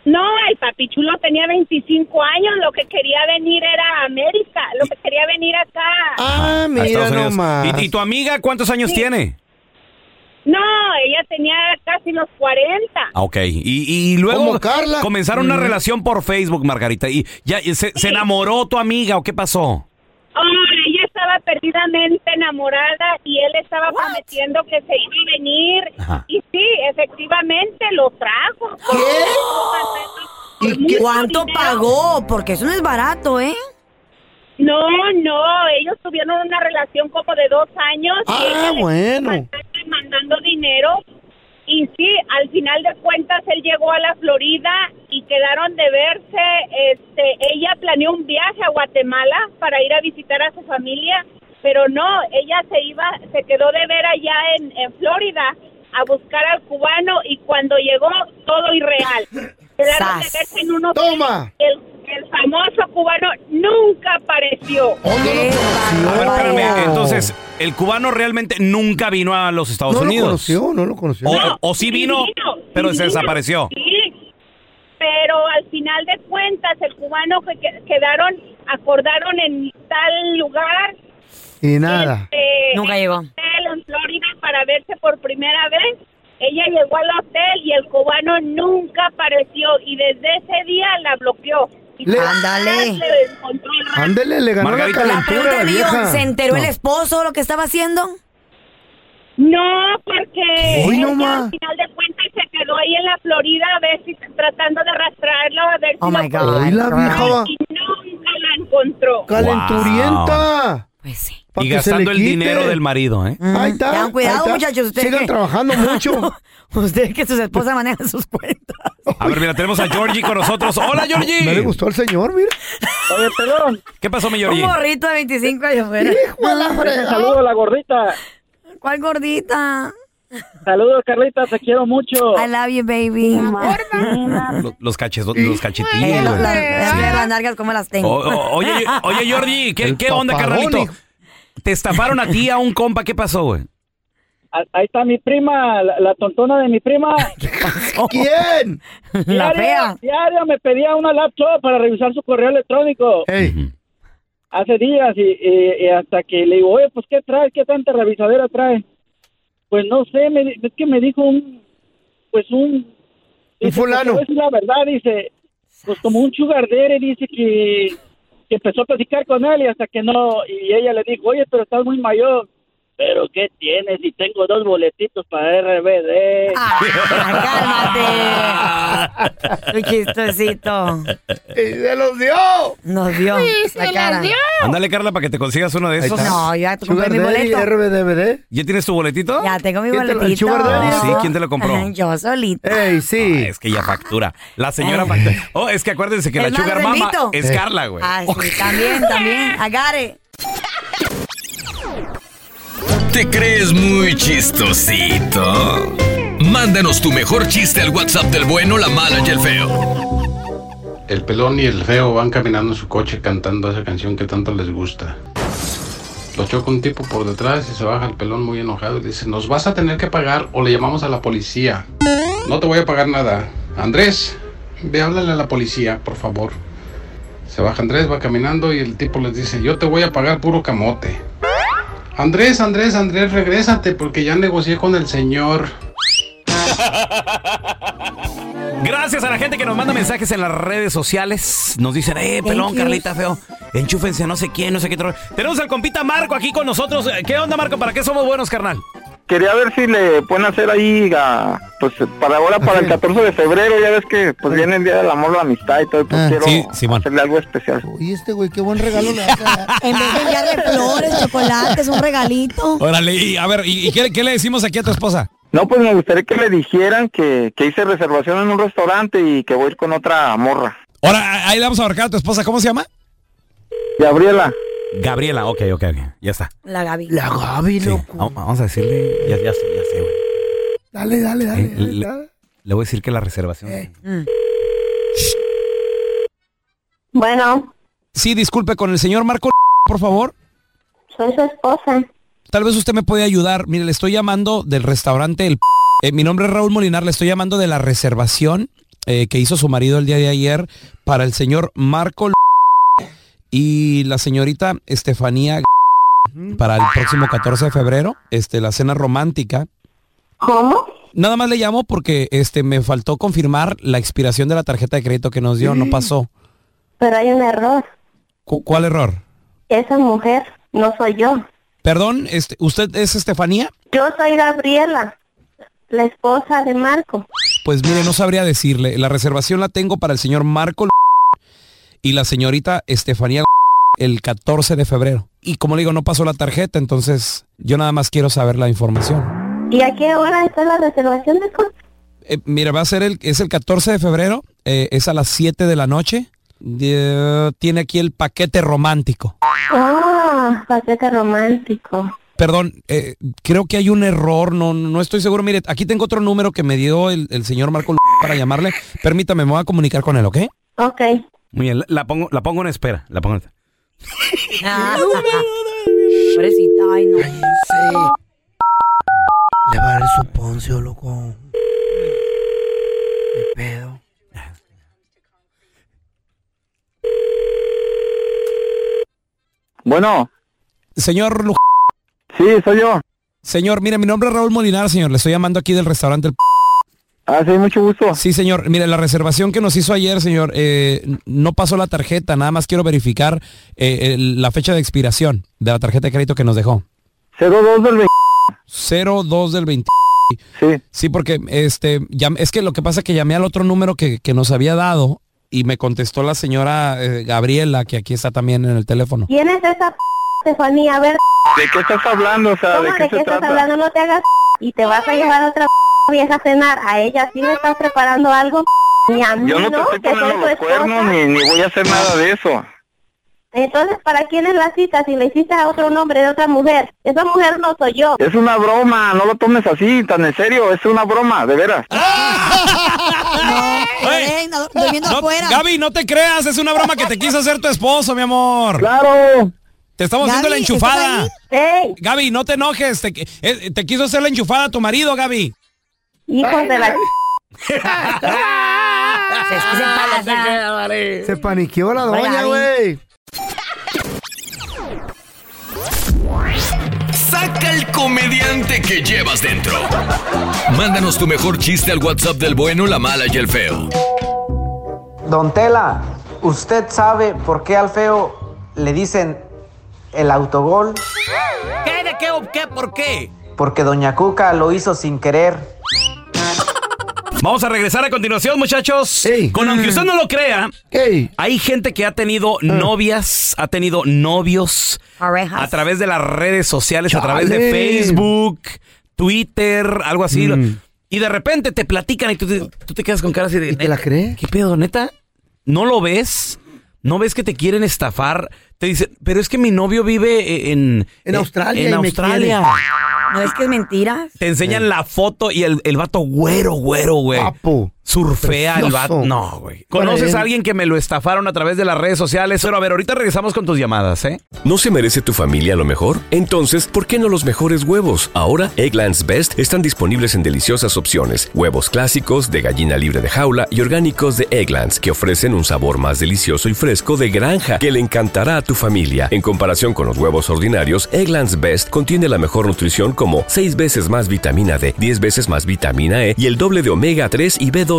No, el papichulo tenía 25 años, lo que quería venir era a América, lo que quería venir acá.
Ah,
A
mira
Estados Unidos.
nomás.
¿Y, y tu amiga cuántos años tiene?
No, ella tenía casi los 40.
Ah, ok. Y, y luego
Como Carla.
comenzaron una
Mm.
relación por Facebook, Margarita. ¿Y ya y se, se enamoró tu amiga o qué pasó?
Hombre, ella estaba perdidamente enamorada y él estaba prometiendo que se iba a venir.
Ajá.
Y sí, efectivamente lo trajo.
¿Y cuánto pagó? Porque eso no es barato, ¿eh?
No, no, ellos tuvieron una relación como de dos años. y ella
Ah,
le
bueno.
estuvo mandando dinero. Y sí, al final de cuentas él llegó a la Florida y quedaron de verse. Este, ella planeó un viaje a Guatemala para ir a visitar a su familia, pero no, ella se iba, se quedó de ver allá en, en Florida a buscar al cubano y cuando llegó todo irreal. Quedaron de
Sas.
verse en unos
Toma.
El, el famoso cubano nunca apareció.
A ver, espérame. Entonces, el cubano realmente nunca vino a los Estados
No lo
Unidos.
conoció, no lo conoció.
O, o sí vino, pero se desapareció.
Sí, pero al final de cuentas el cubano que que- quedaron, acordaron en tal lugar,
Y nada.
eh,
Nunca
en
llegó.
un hotel en Florida para verse por primera vez. Ella llegó al hotel y el cubano nunca apareció y desde ese día la bloqueó.
Le-
Ándale.
Le Ándele, le ganó
Margarita,
la
la
calentura a
pregunta
la
del guión,
vieja.
¿se enteró el
No.
esposo lo que estaba haciendo?
No, porque
Hoy
ella,
nomás.
al final de cuentas se quedó ahí en la Florida a ver si tratando de arrastrarlo a ver
Oh
si lo
my God.
podía
Ay, la
encontrar,
vieja.
y nunca la encontró.
¡Calenturienta!
Pues sí.
Pa'
Y
que se
gastando
le
el
quite. Ah,
dinero del marido, ¿eh?
Mm,
Ahí está,
Tengan
ahí
cuidado,
está.
muchachos. Ustedes
Sigan
que-
trabajando mucho.
ustedes que sus esposas manejan sus cuentas.
A ver, mira, tenemos a Georgie con nosotros. ¡Hola, Georgie!
No le gustó al señor, mira.
Oye, pelón.
¿Qué pasó, mi
Un
Georgie?
gorrito de 25 años afuera.
¡Hijo de la fregada! Saludo
a la gordita.
¿Cuál gordita?
Saludos, Carlita, te quiero mucho.
I love you, baby.
Los, los caches, los
Eh,
cachetines.
la-
güey.
la- las las nalgas, ¿cómo las tengo?
O- o- oye, oye, Georgie, ¿qué,
El
qué onda,
papadón,
Carlito? Te estafaron a ti, a un compa, ¿qué pasó, güey?
A- Ahí está mi prima, la, la tontona de mi prima.
¿Quién?
Diario, diario me pedía una laptop para revisar su correo electrónico. Hace días y, y- y hasta que le digo, oye, pues ¿qué traes? ¿Qué tanta revisadera trae? Pues no sé, me, di- es que me dijo un, pues un... Un
fulano.
la verdad, dice, pues como un chugardere, dice que, que empezó a platicar con él y hasta que no, y ella le dijo, oye, pero estás muy mayor. Pero ¿qué tienes? Y tengo dos boletitos para RBD.
oh.
Un chistecito.
¡Y se los dio!
Nos dio.
¡Y se
la
los
cara.
dio!
Ándale, Carla, para que te consigas uno de
Ahí
esos.
está.
No, ya te compré mi
Sugar Daddy,
boleto.
RBDBD.
¿Ya tienes tu boletito? Oh,
Ya tengo mi
¿Quién te lo- el
boletito.
sugar daddy,
Sí, ¿quién te lo compró? Ah,
Ay, Yo solita.
¡Ey, sí!
Es que ya factura. La señora factura. Oh, es que acuérdense que la
Es más,
sugar
los
mama
invito.
es
Eh.
Carla, güey.
Ah, sí, también, también. Agare.
¿Te crees muy chistosito? Mándanos tu mejor chiste al WhatsApp del bueno, la mala y el feo.
El pelón y el feo van caminando en su coche cantando esa canción que tanto les gusta. Lo choca un tipo por detrás y se baja el pelón muy enojado y le dice, nos vas a tener que pagar o le llamamos a la policía. No te voy a pagar nada. Andrés, ve háblale a la policía, por favor. Se baja Andrés, va caminando y el tipo les dice, yo te voy a pagar puro camote. Andrés, Andrés, Andrés, regrésate porque ya negocié con el señor.
Gracias a la gente que nos manda mensajes en las redes sociales. Nos dicen, eh,
Thank
pelón,
you.
Carlita, feo. Enchúfense a no sé quién, no sé qué. tro- Tenemos al compita Marco aquí con nosotros. Eh, ¿Qué onda, Marco? ¿Para qué somos buenos, carnal?
Quería ver si le pueden hacer ahí, a- pues para ahora, para el 14 de febrero, ya ves que pues viene el Día del Amor, la Amistad y todo, y pues
Ah,
quiero hacerle algo especial.
Y este güey, qué buen regalo le hace.
En vez de enviarle flores, chocolates, un regalito.
Órale, y a ver, ¿y, qué, le decimos aquí a tu esposa?
No, pues me gustaría que le dijeran que, que hice reservación en un restaurante y que voy a ir con otra morra.
Ahora, Ah, ahí le vamos a marcar a tu esposa. ¿Cómo se llama?
Gabriela.
Gabriela, ok, ok, ok. Ya está.
La Gaby.
La Gaby,
Sí, va- Vamos a decirle, ya, ya sé, ya sé, güey.
Dale, dale, dale. Eh.
Eh, le, Mm. le voy a decir que la reservación.
Bueno,
Sí, disculpe, con el señor Marco, por favor.
soy su esposa.
Tal vez usted me puede ayudar. Mire, le estoy llamando del restaurante El... P- Eh, mi nombre es Raúl Molinar, le estoy llamando de la reservación eh, que hizo su marido el día de ayer para el señor Marco L- y la señorita Estefanía G- para el próximo 14 de febrero, este, la cena romántica.
¿Cómo?
Nada más le llamo porque este, me faltó confirmar la expiración de la tarjeta de crédito que nos dio, no pasó.
Pero hay un error.
Cu- ¿Cuál error?
Esa mujer no soy yo.
Perdón, este, ¿usted es Estefanía?
Yo soy Gabriela, la esposa de Marco.
Pues mire, no sabría decirle. La reservación la tengo para el señor Marco L- y la señorita Estefanía el 14 de febrero. Y como le digo, no pasó la tarjeta, entonces yo nada más quiero saber la información.
¿Y a qué hora está la reservación de
Eh, mira, va a ser el, es el 14 de febrero, eh, es a las 7 de la noche. Eh, tiene aquí el paquete romántico.
Ah, paquete romántico.
Perdón, eh, creo que hay un error, no, no estoy seguro. Mire, aquí tengo otro número que me dio el, el señor Marco L- para llamarle. Permítame, me voy a comunicar con él, ¿ok?
Ok.
Muy bien, la pongo, la pongo en espera, la pongo en espera.
Pobrecita, ay no.
Le va a dar su poncio, loco. Qué pedo.
Bueno.
Señor Luj...
Sí, soy yo.
Señor, mire, mi nombre es Raúl Molinar, señor. Le estoy llamando aquí del restaurante El P-
Ah, sí, mucho gusto.
Sí, señor. Mire, la reservación que nos hizo ayer, señor, eh, no pasó la tarjeta. Nada más quiero verificar eh, el- la fecha de expiración de la tarjeta de crédito que nos dejó.
02 del 20.
02 del 20. Sí. Sí, porque este, llam- es que lo que pasa es que llamé al otro número que, que nos había dado y me contestó la señora eh, Gabriela, que aquí está también en el teléfono.
¿Quién es esa p Estefanía? A ver,
¿De qué estás hablando? O sea,
¿cómo
¿de
de
qué
qué
se
estás
trata?
hablando? No te hagas p- y te vas a llevar a otra p- vieja a cenar. A ella sí le estás preparando algo p- y a mí
Yo
no,
no te estoy
que soy
poniendo
tu
los cuernos ni, ni voy a hacer nada de eso.
Entonces, ¿para quién es la cita si le hiciste a otro nombre de otra mujer? Esa mujer no soy yo.
Es una broma, no lo tomes así, tan en serio, es una broma, de veras.
Ah,
Ey, no, durmiendo
No,
afuera.
Gaby, no te creas, es una broma que te quiso hacer tu esposo, mi amor.
Claro.
Te estamos
Gaby,
haciendo la
¿estás
enchufada. Gaby, no te enojes, te, qui- eh, te quiso hacer la enchufada a tu marido, Gaby.
Hijos de la...
Se paniqueó la
Hola,
doña,
Gaby.
güey.
Saca el comediante que llevas dentro. Mándanos tu mejor chiste al WhatsApp del bueno, la mala y el feo.
Don Tela, ¿usted sabe por qué al feo le dicen el autogol?
¿Qué, de qué o qué, por qué?
Porque Doña Cuca lo hizo sin querer.
Vamos a regresar a continuación, muchachos. Con
Mm.
aunque usted no lo crea, hay gente que ha
Ah.
tenido novias, ha tenido novios
Orejas.
a través de las redes sociales, a través de
Chale.
Facebook, Twitter, algo así.
Mm.
Y de repente te platican y tú te, tú te quedas con cara así de... ¿Te la
crees?
¿Qué pedo, neta? ¿No lo ves? ¿No ves que te quieren estafar? Te dicen, pero es que mi novio vive e- en...
En Australia
En
y me
Australia.
¿No es que es mentira?
Te enseñan la foto y el, el vato güero, güero, güey. Surfea el
Precioso.
vato. No, güey. ¿Conoces a alguien que me lo estafaron a través de las redes sociales? Pero a ver, ahorita regresamos con tus llamadas, ¿eh?
¿No se merece tu familia lo mejor? Entonces, ¿por qué no los mejores huevos? Ahora, Egglands Best están disponibles en deliciosas opciones. Huevos clásicos, de gallina libre de jaula y orgánicos de Egglands, que ofrecen un sabor más delicioso y fresco de granja que le encantará a tu familia. En comparación con los huevos ordinarios, Egglands Best contiene la mejor nutrición como 6 veces más vitamina D, 10 veces más vitamina E y el doble de omega 3 y B12.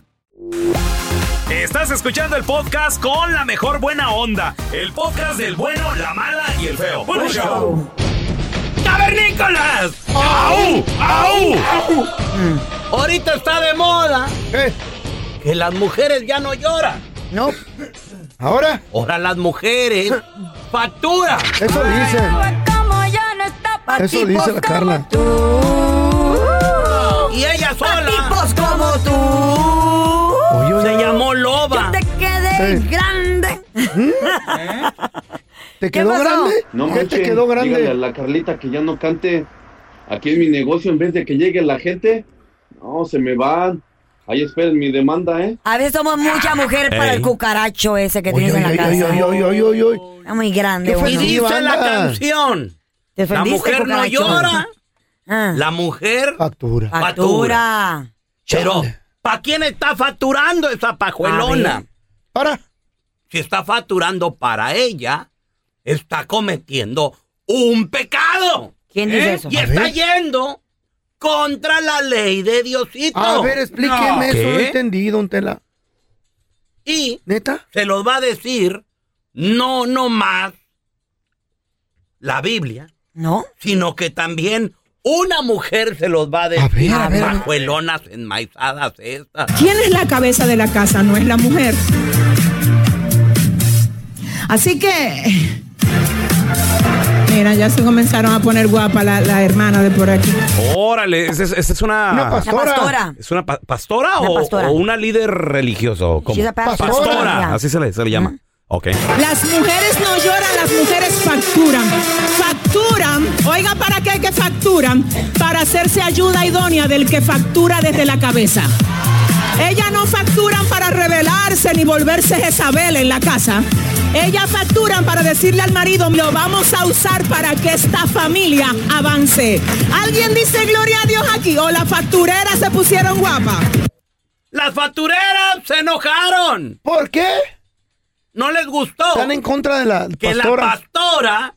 Estás escuchando el podcast con la mejor buena onda. El podcast del bueno, la mala y el feo. ¡Buen show! ¡Cavernícolas! ¡Au! ¡Au!
Ahorita está de moda que las mujeres ya no lloran.
No. ¿Ahora?
Ahora las mujeres facturan.
Eso dicen. Eso dice la Carla.
Y ella sola.
Tipos como tú.
Se llamó
Yo
Loba.
te quedé
Sí.
grande.
¿Te
quedó pasó? grande?
No
¿Qué te
manchen,
quedó grande?
dígale a la Carlita que ya no cante aquí en mi negocio en vez de que llegue la gente. No, se me van. Ahí esperen mi demanda, ¿eh?
A veces somos mucha mujer para
Ey.
el cucaracho ese que
Oy,
tienes en la
oy,
casa.
oy, oy, oy, oy,
Está muy grande.
Qué
uno.
ofensiva Y dice
Ah.
la andas. canción. La
Defendiste,
mujer no
cucaracho.
llora.
Ah.
La mujer
factura.
factura. Pero, ¿para quién está facturando esa pajuelona?
Para.
Si está facturando para ella, está cometiendo un pecado. ¿Eh?
¿Quién dice eso?
Y
A
está
ver.
yendo contra la ley de Diosito.
A ver, explíqueme
No.
eso. No he entendido, don Tela.
Y
¿Neta?
se los va a decir, no nomás
la Biblia,
¿No?
sino que también una mujer se los va a decir.
a ver.
Majuelonas enmaizadas estas.
¿Quién es la cabeza de la casa? No es la mujer. Así que. Mira, ya se comenzaron a poner guapa la, la hermana de por aquí.
Órale, esa es, esa es una...
Una pastora. Una pastora.
¿Es una pa- pastora,
Una
o,
pastora.
o una líder religiosa? o cómo?
She's a pastora.
Pastora, así se le, se le llama. Ok.
Las mujeres no lloran, las mujeres facturan. Facturan, oiga, ¿para qué que facturan? Para hacerse ayuda idónea del que factura desde la cabeza. Ellas no facturan para rebelarse ni volverse Jezabel en la casa. Ellas facturan para decirle al marido, lo vamos a usar para que esta familia avance. ¿Alguien dice gloria a Dios aquí? ¿O las factureras se pusieron guapas?
¡Las factureras se enojaron!
¿Por qué?
No les gustó.
Están en contra de la
que
pastora.
la pastora,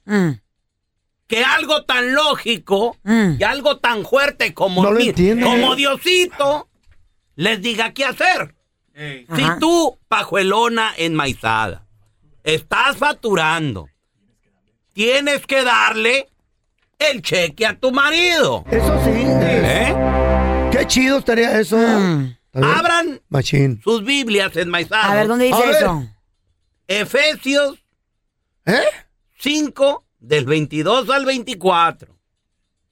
que algo tan lógico y algo tan fuerte como,
No lo
Di-
entienden.
como Diosito, les diga qué hacer. Si
Ajá.
tú, pajuelona enmaizada, estás facturando, tienes que darle el cheque a tu marido.
Eso sí. Qué chido estaría eso.
Mm.
Abran
Machín.
sus Biblias enmaizadas.
A ver, ¿dónde dice A ver. eso?
Efesios
¿Eh?
5, del 22 al 24.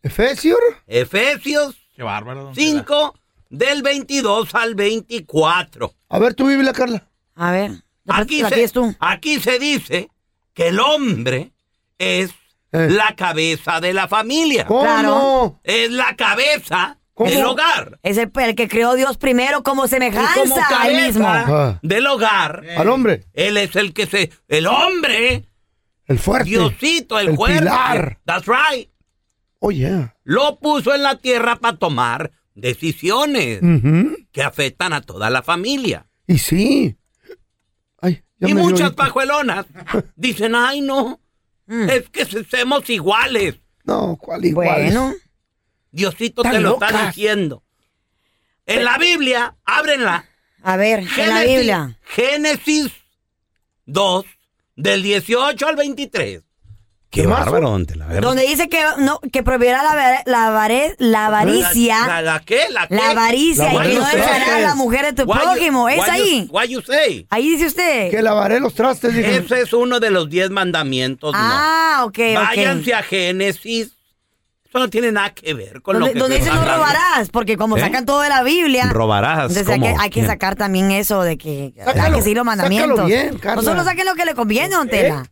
¿Efesior?
Efesios
Qué bárbaro.
5, del 22 al 24.
A ver tu Biblia, Carla.
A ver.
Aquí se, aquí se dice que el hombre es
Eh.
la cabeza de la familia.
¿Cómo? Claro.
Es la cabeza del hogar.
Es el, el que creó Dios primero como semejanza
Y como
a él mismo.
cabeza del hogar.
Ah. Al hombre.
Él es el que se... El hombre,
El fuerte.
Diosito, el, cuerpo.
pilar.
That's right.
Oh, yeah.
Lo puso en la tierra para tomar decisiones
Ujú.
que afectan a toda la familia.
Y sí. Ay, ya
y
me dio
muchas
ahorita.
pajuelonas dicen, ay no, es que se- somos iguales.
No, ¿cuál igual? Bueno.
Diosito
Están
te lo está
locas.
diciendo. En la Biblia, ábrenla.
A ver, en la Biblia.
Génesis 2, del 18 al 23.
Qué bárbaro, don Tela. A ver.
Donde dice que no que prohibirá la, va- la, avare- la avaricia.
¿La, la, la qué? ¿La qué?
La avaricia y que no dejarás a la mujer de tu
Why you-
prójimo. Es
why you-
ahí.
why you say?
Ahí dice usted.
Que lavaré los trastes. dije.
Ese es uno de los diez mandamientos. no.
Ah, ok, ok.
Váyanse a Génesis. Eso no tiene nada que ver con lo
Donde,
que
donde
se
dice
está
no
hablando.
robarás, porque como
¿Eh?
sacan todo de la Biblia.
Robarás,
Entonces hay
¿cómo?
que, hay que
¿Quién?
sacar también eso de que hay
Sácalo,
que seguir los mandamientos.
sácalo bien, Carla.
no solo saquen lo que le conviene, don Tela.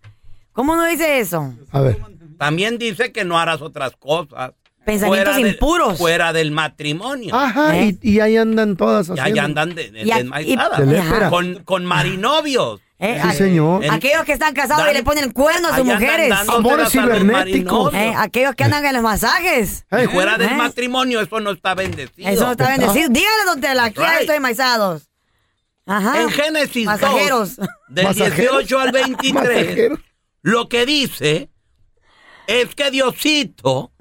¿Cómo no dice eso?
A ver.
También dice que no harás otras cosas.
Pensamientos
del-
impuros. ¿Eh?
fuera del matrimonio.
Ajá, y, y ahí andan todas
Y ahí
haciendo.
andan de, de-
Y a-
desmaizadas.
y- De lépera.
con, con marinovios.
Eh,
Sí,
a-
señor.
Aquellos que están casados
Dan-
y le ponen cuerno a sus
Ahí andan
mujeres.
dándoselas Amores a los cibernéticos.
Eh, aquellos que andan en los masajes.
Y fuera del
Eh,
matrimonio, eso no está bendecido.
Eso no está bendecido. Dígale, don Tela, aquí
Right.
hay estoy maizados. Ajá.
En Génesis dos,
Masajeros.
Del 18 al 23. lo que dice es que Diosito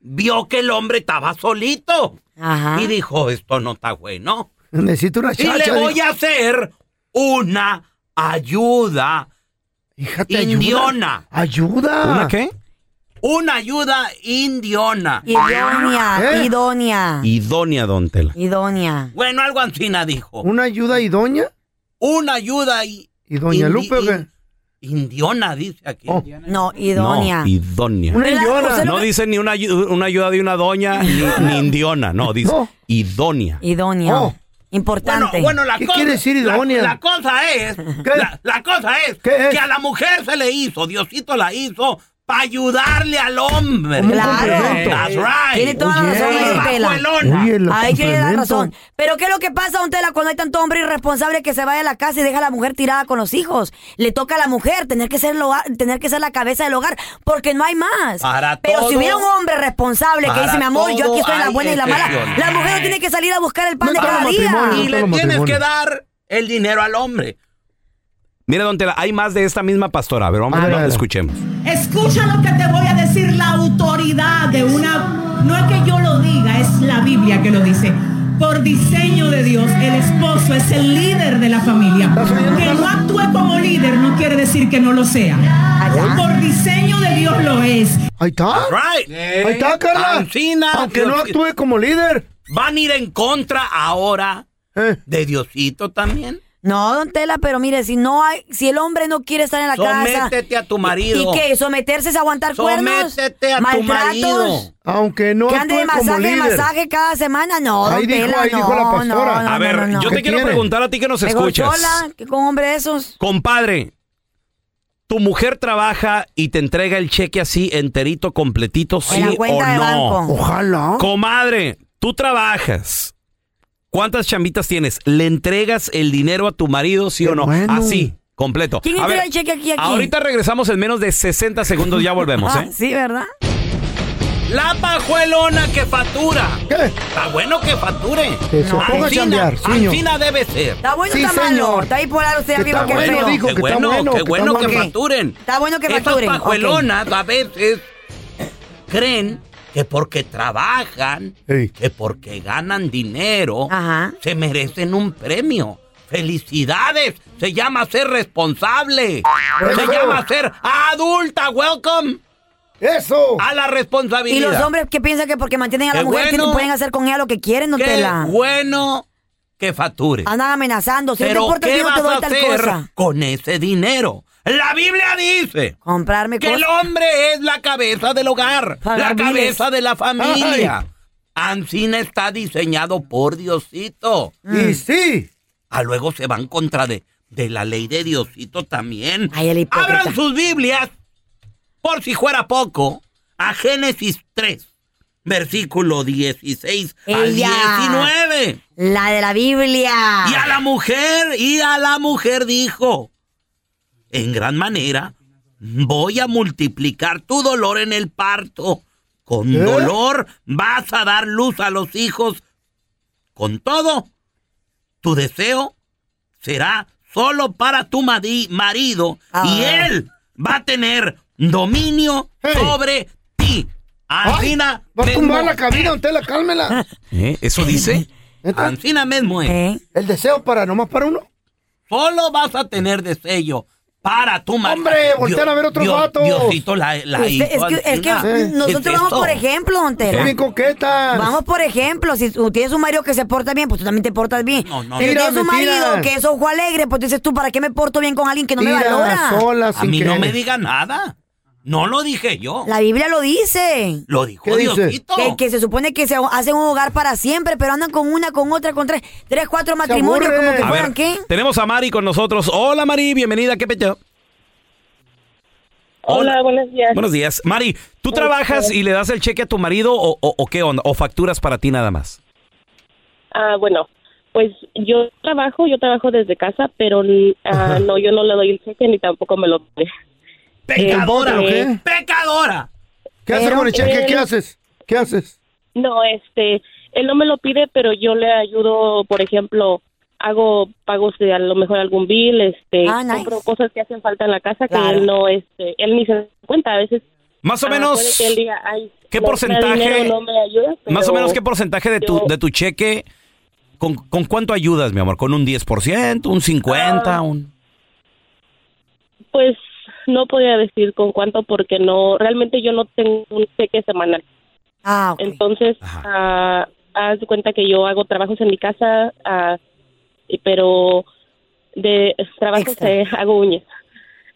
vio que el hombre estaba solito. Y dijo, esto no está bueno.
Necesito una
Y
chacha.
le voy
dijo.
a hacer una ayuda
¿Te ayuda?
indiona.
¿Ayuda?
¿Una qué? Una ayuda indiona.
¿Eh?
¿Eh?
Idónea, idónea,
Idónea, don Tela.
idónea.
Bueno, algo Ancina dijo.
¿Una ayuda y doña?
Una ayuda y...
¿Y doña
indi-
Lupe o qué? Oh.
Indiona, dice aquí.
No, idónea.
No, idónea.
Una Pero, indiona. usted no
No
me-
dice ni una, ayu- una ayuda de una doña ni, ni indiona. No, dice idónea.
Idónea.
Oh.
Importante.
Bueno, la cosa, la- La, cosa es, la, la cosa es, que a la mujer se le hizo, Diosito la hizo para ayudarle al hombre.
Como un Claro. complemento.
That's right.
Tiene toda la razón, don Tela.
Pajuelona.
Ahí tiene la razón. Pero ¿qué es lo que pasa, don Tela, cuando hay tanto hombre irresponsable que se vaya a la casa y deja a la mujer tirada con los hijos? Le toca a la mujer tener que ser, el hogar- tener que ser la cabeza del hogar porque no hay más.
Para
Pero
todo-
si hubiera un hombre responsable que
para
dice, mi amor, yo aquí estoy la
todo
buena y la mala,
excepciones.
la mujer no tiene que salir a buscar el pan de
Para-
cada día.
Y le tienes que dar el dinero al hombre.
Mira, don Tela, hay más de esta misma pastora. A ver, vamos a, ver, escuchemos.
Escucha lo que te voy a decir, la autoridad de una... No es que yo lo diga, es la Biblia que lo dice. por diseño de Dios, el esposo es el líder de la familia. Que no actúe como líder no quiere decir que no lo sea. Por diseño de Dios lo es.
Ahí está.
Right.
Ah. Ahí está, Carla.
Ancina,
Aunque no
Dios-
actúe como líder. Eh.
¿Van a ir en contra ahora de Diosito también?
No, don Tela, pero mire, si no hay, si el hombre no quiere estar en la casa.
Sométete a tu marido.
¿Y que ¿Someterse es aguantar cuernos?
Sométete a tu marido.
Aunque no
Que ande de
actúe como
masaje, de
líder.
masaje cada semana. No,
Ahí
don
dijo-
Tela,
ahí
no,
dijo la pastora.
no, no,
a ver,
no, no.
yo te quiero preguntar a ti que nos
Me
escuchas.
gorchola, que con hombre de esos.
Compadre, ¿tu mujer trabaja y te entrega el cheque así enterito, completito, sí
la
o
cuenta de
no?
banco.
Ojalá.
Comadre, tú trabajas. ¿Cuántas chambitas tienes? ¿Le entregas el dinero a tu marido, sí o no?
bueno.
Así, completo.
¿Quién
A
entrega
ver,
el cheque aquí, aquí?
Ahorita regresamos en menos de 60 segundos, ya volvemos,
Ah,
¿eh?
Sí, ¿verdad?
La pajuelona que factura.
¿Qué?
Ah,
Está bueno que facture.
Que se ponga a
Alcina,
chambear, señor.
Alcina debe ser.
Está bueno,
Sí,
está malo.
señor.
Está bipolar usted
Que
arriba
está
que
bueno,
feo.
dijo.
Qué
que está
bueno,
bueno,
qué
que
bueno
está
que
bueno.
facturen.
Está bueno que
Estas
facturen, ok.
pajuelonas a veces creen que porque trabajan, que porque ganan dinero, se merecen un premio. ¡Felicidades! Se llama ser responsable. Se
Eso.
llama ser adulta. Welcome.
Eso.
A la responsabilidad.
Y los hombres que piensan que porque mantienen a la
Qué
mujer tienen-
bueno.
pueden hacer con ella lo que quieren, don
Qué
Tela.
bueno que facture.
Andan amenazando. Si no te
Pero
importa,
¿qué
yo
vas
te
a
doy tal
hacer
cosa.
con ese dinero? La Biblia dice
Comprarme
que el
cosas.
hombre es la cabeza del hogar,
Pagar
la
biles.
cabeza de la familia. Ancina está diseñado por Diosito.
Mm.
Y sí.
A luego se van contra de, de la ley de Diosito también.
hipócrita.
Abran sus Biblias, por si fuera poco, a Génesis 3, versículo 16
Ella.
al 19.
La de la Biblia.
Y a la mujer, y a la mujer dijo, en gran manera, voy a multiplicar tu dolor en el parto. Con
¿Eh?
dolor vas a dar luz a los hijos. Con todo, tu deseo será solo para tu madi- marido y
Ah.
él va a tener dominio sobre ti. Alcina,
Va a
me
tumbar la
mo-
cabina, don Tela, cálmela.
¿Eh? ¿Eso dice?
Ancina eh. mismo
Eh.
es.
Eh.
El deseo para nomás para uno.
Solo vas a tener deseo para tu marido.
Hombre, voltean a ver otros vatos. Pues
Diosito la, la
Usted- es
hizo,
que, es que
Alcina.
nosotros
¿Es
vamos
esto?
por ejemplo, don Tela.
Son bien
coquetas.
Vamos por ejemplo. Si tú tienes un marido que se porta bien, pues tú también te portas bien.
No, no,
si
no.
tienes un
Mentiras,
marido
mentiras.
que es ojo alegre, pues tú dices tú, ¿para qué me porto bien con alguien que no me
Mira,
valora?
sola,
A
sin
mí no
querer.
me diga nada. No lo dije yo.
La Biblia lo dice.
Lo dijo Diosito.
Que, que se supone que se hacen un hogar para siempre, pero andan con una, con otra, con tres, tres, cuatro matrimonios, como que
A
fueran
ver,
qué.
tenemos a Mari con nosotros. Hola, Mari, bienvenida. ¿Qué pecho?
Hola, buenos días. Este,
Buenos días. Mari, ¿tú
Hola,
trabajas
hola.
y le das el cheque a tu marido o, o- o qué onda? ¿O facturas para ti nada más?
Ah, bueno, pues yo trabajo, yo trabajo desde casa, pero ah, no, yo no le doy el cheque ni tampoco me lo pide.
¿Pecadora o qué?
eh. ¡Pecadora!
¿Qué haces
Pero
con el cheque?
él-
¿Qué haces? ¿Qué haces?
No, este, él no me lo pide, pero yo le ayudo, por ejemplo, hago pagos de a lo mejor algún bill, este,
Ah, nice.
compro cosas que hacen falta en la casa
Claro.
que él no, este, él ni se da cuenta a veces.
Más o
ah,
menos,
puede que él diga, "Ay,
¿qué
no trae
porcentaje-
dinero, no me ayuda",
Más o
pero
menos, ¿qué porcentaje de tu,
yo-
de tu cheque? ¿con, con cuánto ayudas, mi amor? ¿Con un 10%, un
Ah,
50%, un...?
Pues no podía decir con cuánto porque no, realmente yo no tengo un cheque semanal.
Ah,
Entonces, ah, haz de cuenta que yo hago trabajos en mi casa, ah, y- pero de trabajos eh, hago uñas.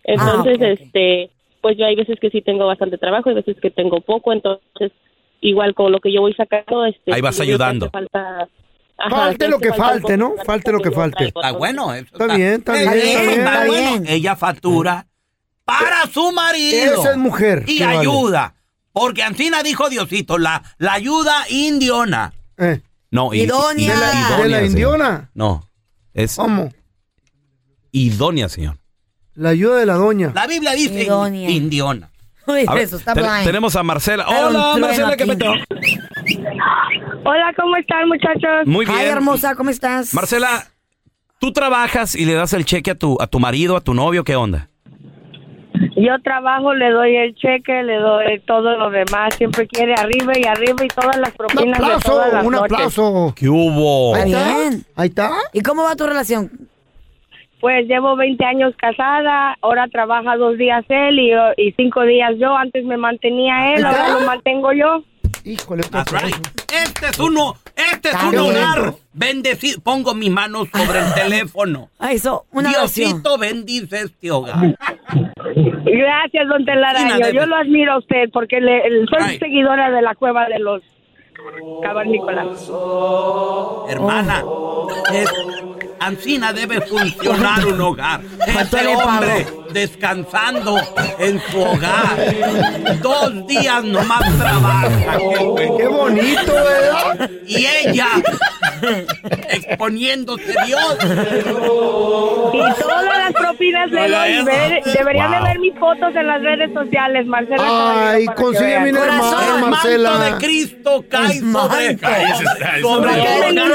Entonces, este, pues yo hay veces que sí tengo bastante trabajo, hay veces que tengo poco, entonces igual con lo que yo voy sacando, este,
Ahí vas
yo creo que
ayudando.
hace Falta, ajá,
Falte
sí
Ah, lo
hace
que
falta un
falte,
poco.
¿no? Falte lo que falte.
Está bueno, eso
Está bien, está bien,
Eso
está bien.
está
Está
bueno. Ella factura para su marido.
Esa es mujer,
Y
qué vale.
ayuda. Porque Antina dijo Diosito, la, la ayuda indiona.
Eh,
No, i- i-
Idónea. De la-
idónea,
de la
señor.
indiona.
No, es...
¿Cómo?
Idónea, señor.
La ayuda de la doña.
La Biblia dice indiona.
A ver, te- tenemos a Marcela. Hola, Marcela, ¿qué pedo?
Hola, ¿cómo están, muchachos?
Muy Ay, bien.
hermosa, ¿cómo estás?
Marcela, ¿tú trabajas y le das el cheque a tu, a tu marido, a tu novio? ¿Qué onda?
Yo trabajo, le doy el cheque, le doy todo lo demás. Siempre quiere arriba y arriba y todas las
Un
propinas de
aplauso,
todas las
un
noches.
aplauso.
¿Qué hubo?
Ahí está. Ahí está.
¿Y cómo va tu relación?
Pues llevo 20 años casada, ahora trabaja dos días él y, y cinco días yo. Antes me mantenía él, ahora lo mantengo yo.
Híjole, pues,
That's right. Este es uno, este es un
Está
hogar. Bendecido. Pongo mi mano sobre el teléfono.
Ah, Eso, una
Diosito bendice este hogar.
Gracias, don Telaraño. Yo lo admiro a usted porque le- el- soy seguidora de la cueva de los cavernícolas.
Hermana,
Oh.
es- Ancina debe funcionar un hogar. Este
le pago?
hombre descansando en su hogar. Dos días nomás trabaja.
Qué bonito, ¿verdad?
Y ella exponiéndose Dios.
Y todas las propinas le
Hola,
doy.
Eva.
Ver- deberían
Wow.
de ver mis fotos en las redes sociales, Marcela. Caballero, para que vean.
consígueme una hermana, Marcela.
manto de Cristo cae
Pues,
sobre,
Cállese,
sobre
cállese. No,
el
no,
hogar.
no, no,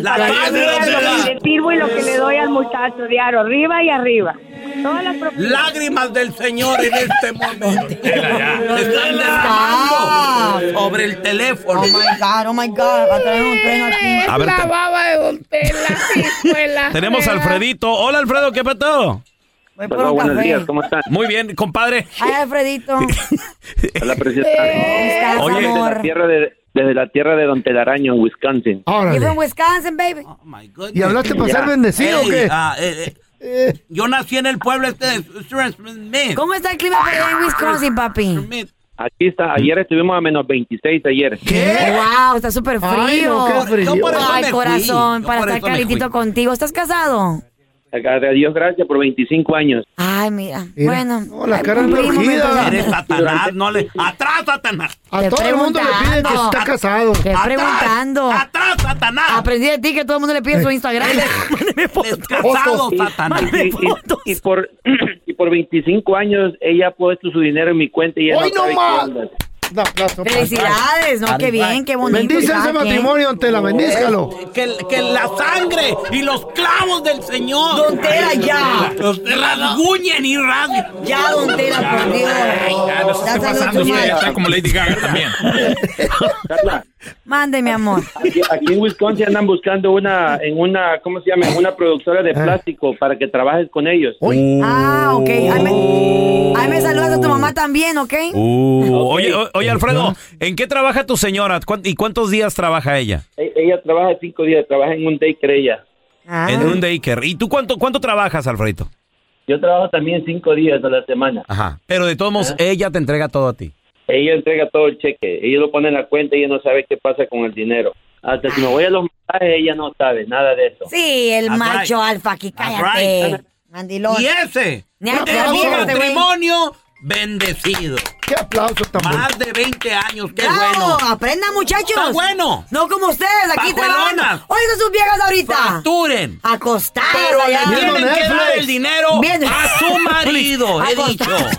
La
no,
paz
no,
de
no,
la-
no, Le sirvo y lo que le doy al muchacho diario, arriba y arriba. Todas las propinas.
Lágrimas del Señor en este momento. Están derramando sobre el teléfono.
Oh my God, oh my God, va a traer un tren aquí.
A ver, La te-
baba de Don Tela.
Tenemos a Alfredito. Hola, Alfredo, ¿qué petado?
por Hola, un buenos café. días,
¿cómo están? Muy bien, compadre.
Ay, Alfredito.
Hola, preciosa.
estás, Oye.
desde,
amor?
la tierra de, desde la tierra de Don Telaraño, en Wisconsin.
You from Wisconsin, baby.
¿Y hablaste para ser
Ya.
bendecido o
Ey,
qué?
ah, eh, eh, yo nací en el pueblo este de Smith.
¿Cómo está el clima por allá en Wisconsin, papi?
Aquí está, ayer estuvimos a menos 26 ayer.
Wow, está súper frío.
Ay, no, qué frío. Yo por eso me
Ay,
fui.
corazón,
Yo
para
por
estar
eso me
calentito contigo. ¿Estás casado?
A Dios gracias por 25 años.
Ay, mira.
Mira.
Bueno. ay,
cara
un primo me
enrojida.
presentó.
Eres Satanás, no le. ¡Atrás, Satanás!
Te preguntando. Te
Atrás,
preguntando.
¡Atrás, Satanás!
Aprendí de ti que todo el mundo le pide su Instagram.
Descasado, Satanás.
Y, y- y por, y por 25 años ella ha puesto su dinero en mi cuenta y ella
¡Hoy
no sabe
no más!
qué onda.
Felicidades, ¿no? Qué bien, qué bonito.
Bendice
cada
ese
quien.
matrimonio, don Tela, bendízcalo.
Que, que la sangre y los clavos del Señor.
Don Tela, ya.
Los rasguñen y rasguñen.
Ya, don Tela, por Dios.
Ya, no se
Ya
esté
salió
pasando
tu
usted,
madre.
está
como Lady Gaga también.
Oh. Mande, mi amor.
Aquí, aquí en Wisconsin andan buscando una, en una, ¿cómo se llama? En una productora
Eh.
de plástico para que trabajes con ellos.
Oh.
Ah, ok. Ahí me, ahí me saludas a tu mamá también, ¿ok?
Oh.
Uh, oye, o- oye, Alfredo, ¿en qué trabaja tu señora? ¿Cuán- ¿Y cuántos días trabaja ella?
E- Ella trabaja cinco días, trabaja en un daycare ella.
Ah.
En un daycare. ¿Y tú cuánto, cuánto trabajas, Alfredito?
Yo trabajo también cinco días a la semana.
Ajá. Pero de todos
Eh.
modos, ella te entrega todo a ti.
Ella entrega todo el cheque, ella lo pone en la cuenta y ella no sabe qué pasa con el dinero. Hasta que me voy a los mensajes, ella no sabe nada de eso.
Sí, el
That's
macho alfa aquí,
right.
cállate. Mandilón.
Y ese
Ni
es
a- ni a
un
fíjate, güey.
matrimonio bendecido.
Qué aplauso tan
Más de 20 años, qué
¡Bravo!
bueno.
¡Aprenda, muchachos!
Está bueno.
No como ustedes, aquí
Pajuelonas.
trabajan. Oigan sus viejas ahorita.
Facturen.
Acostadas
Pero le
allá.
tienen que dar el dinero
Viendo-
a su marido, he dicho.
Acostadas.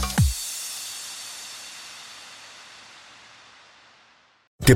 ¿Te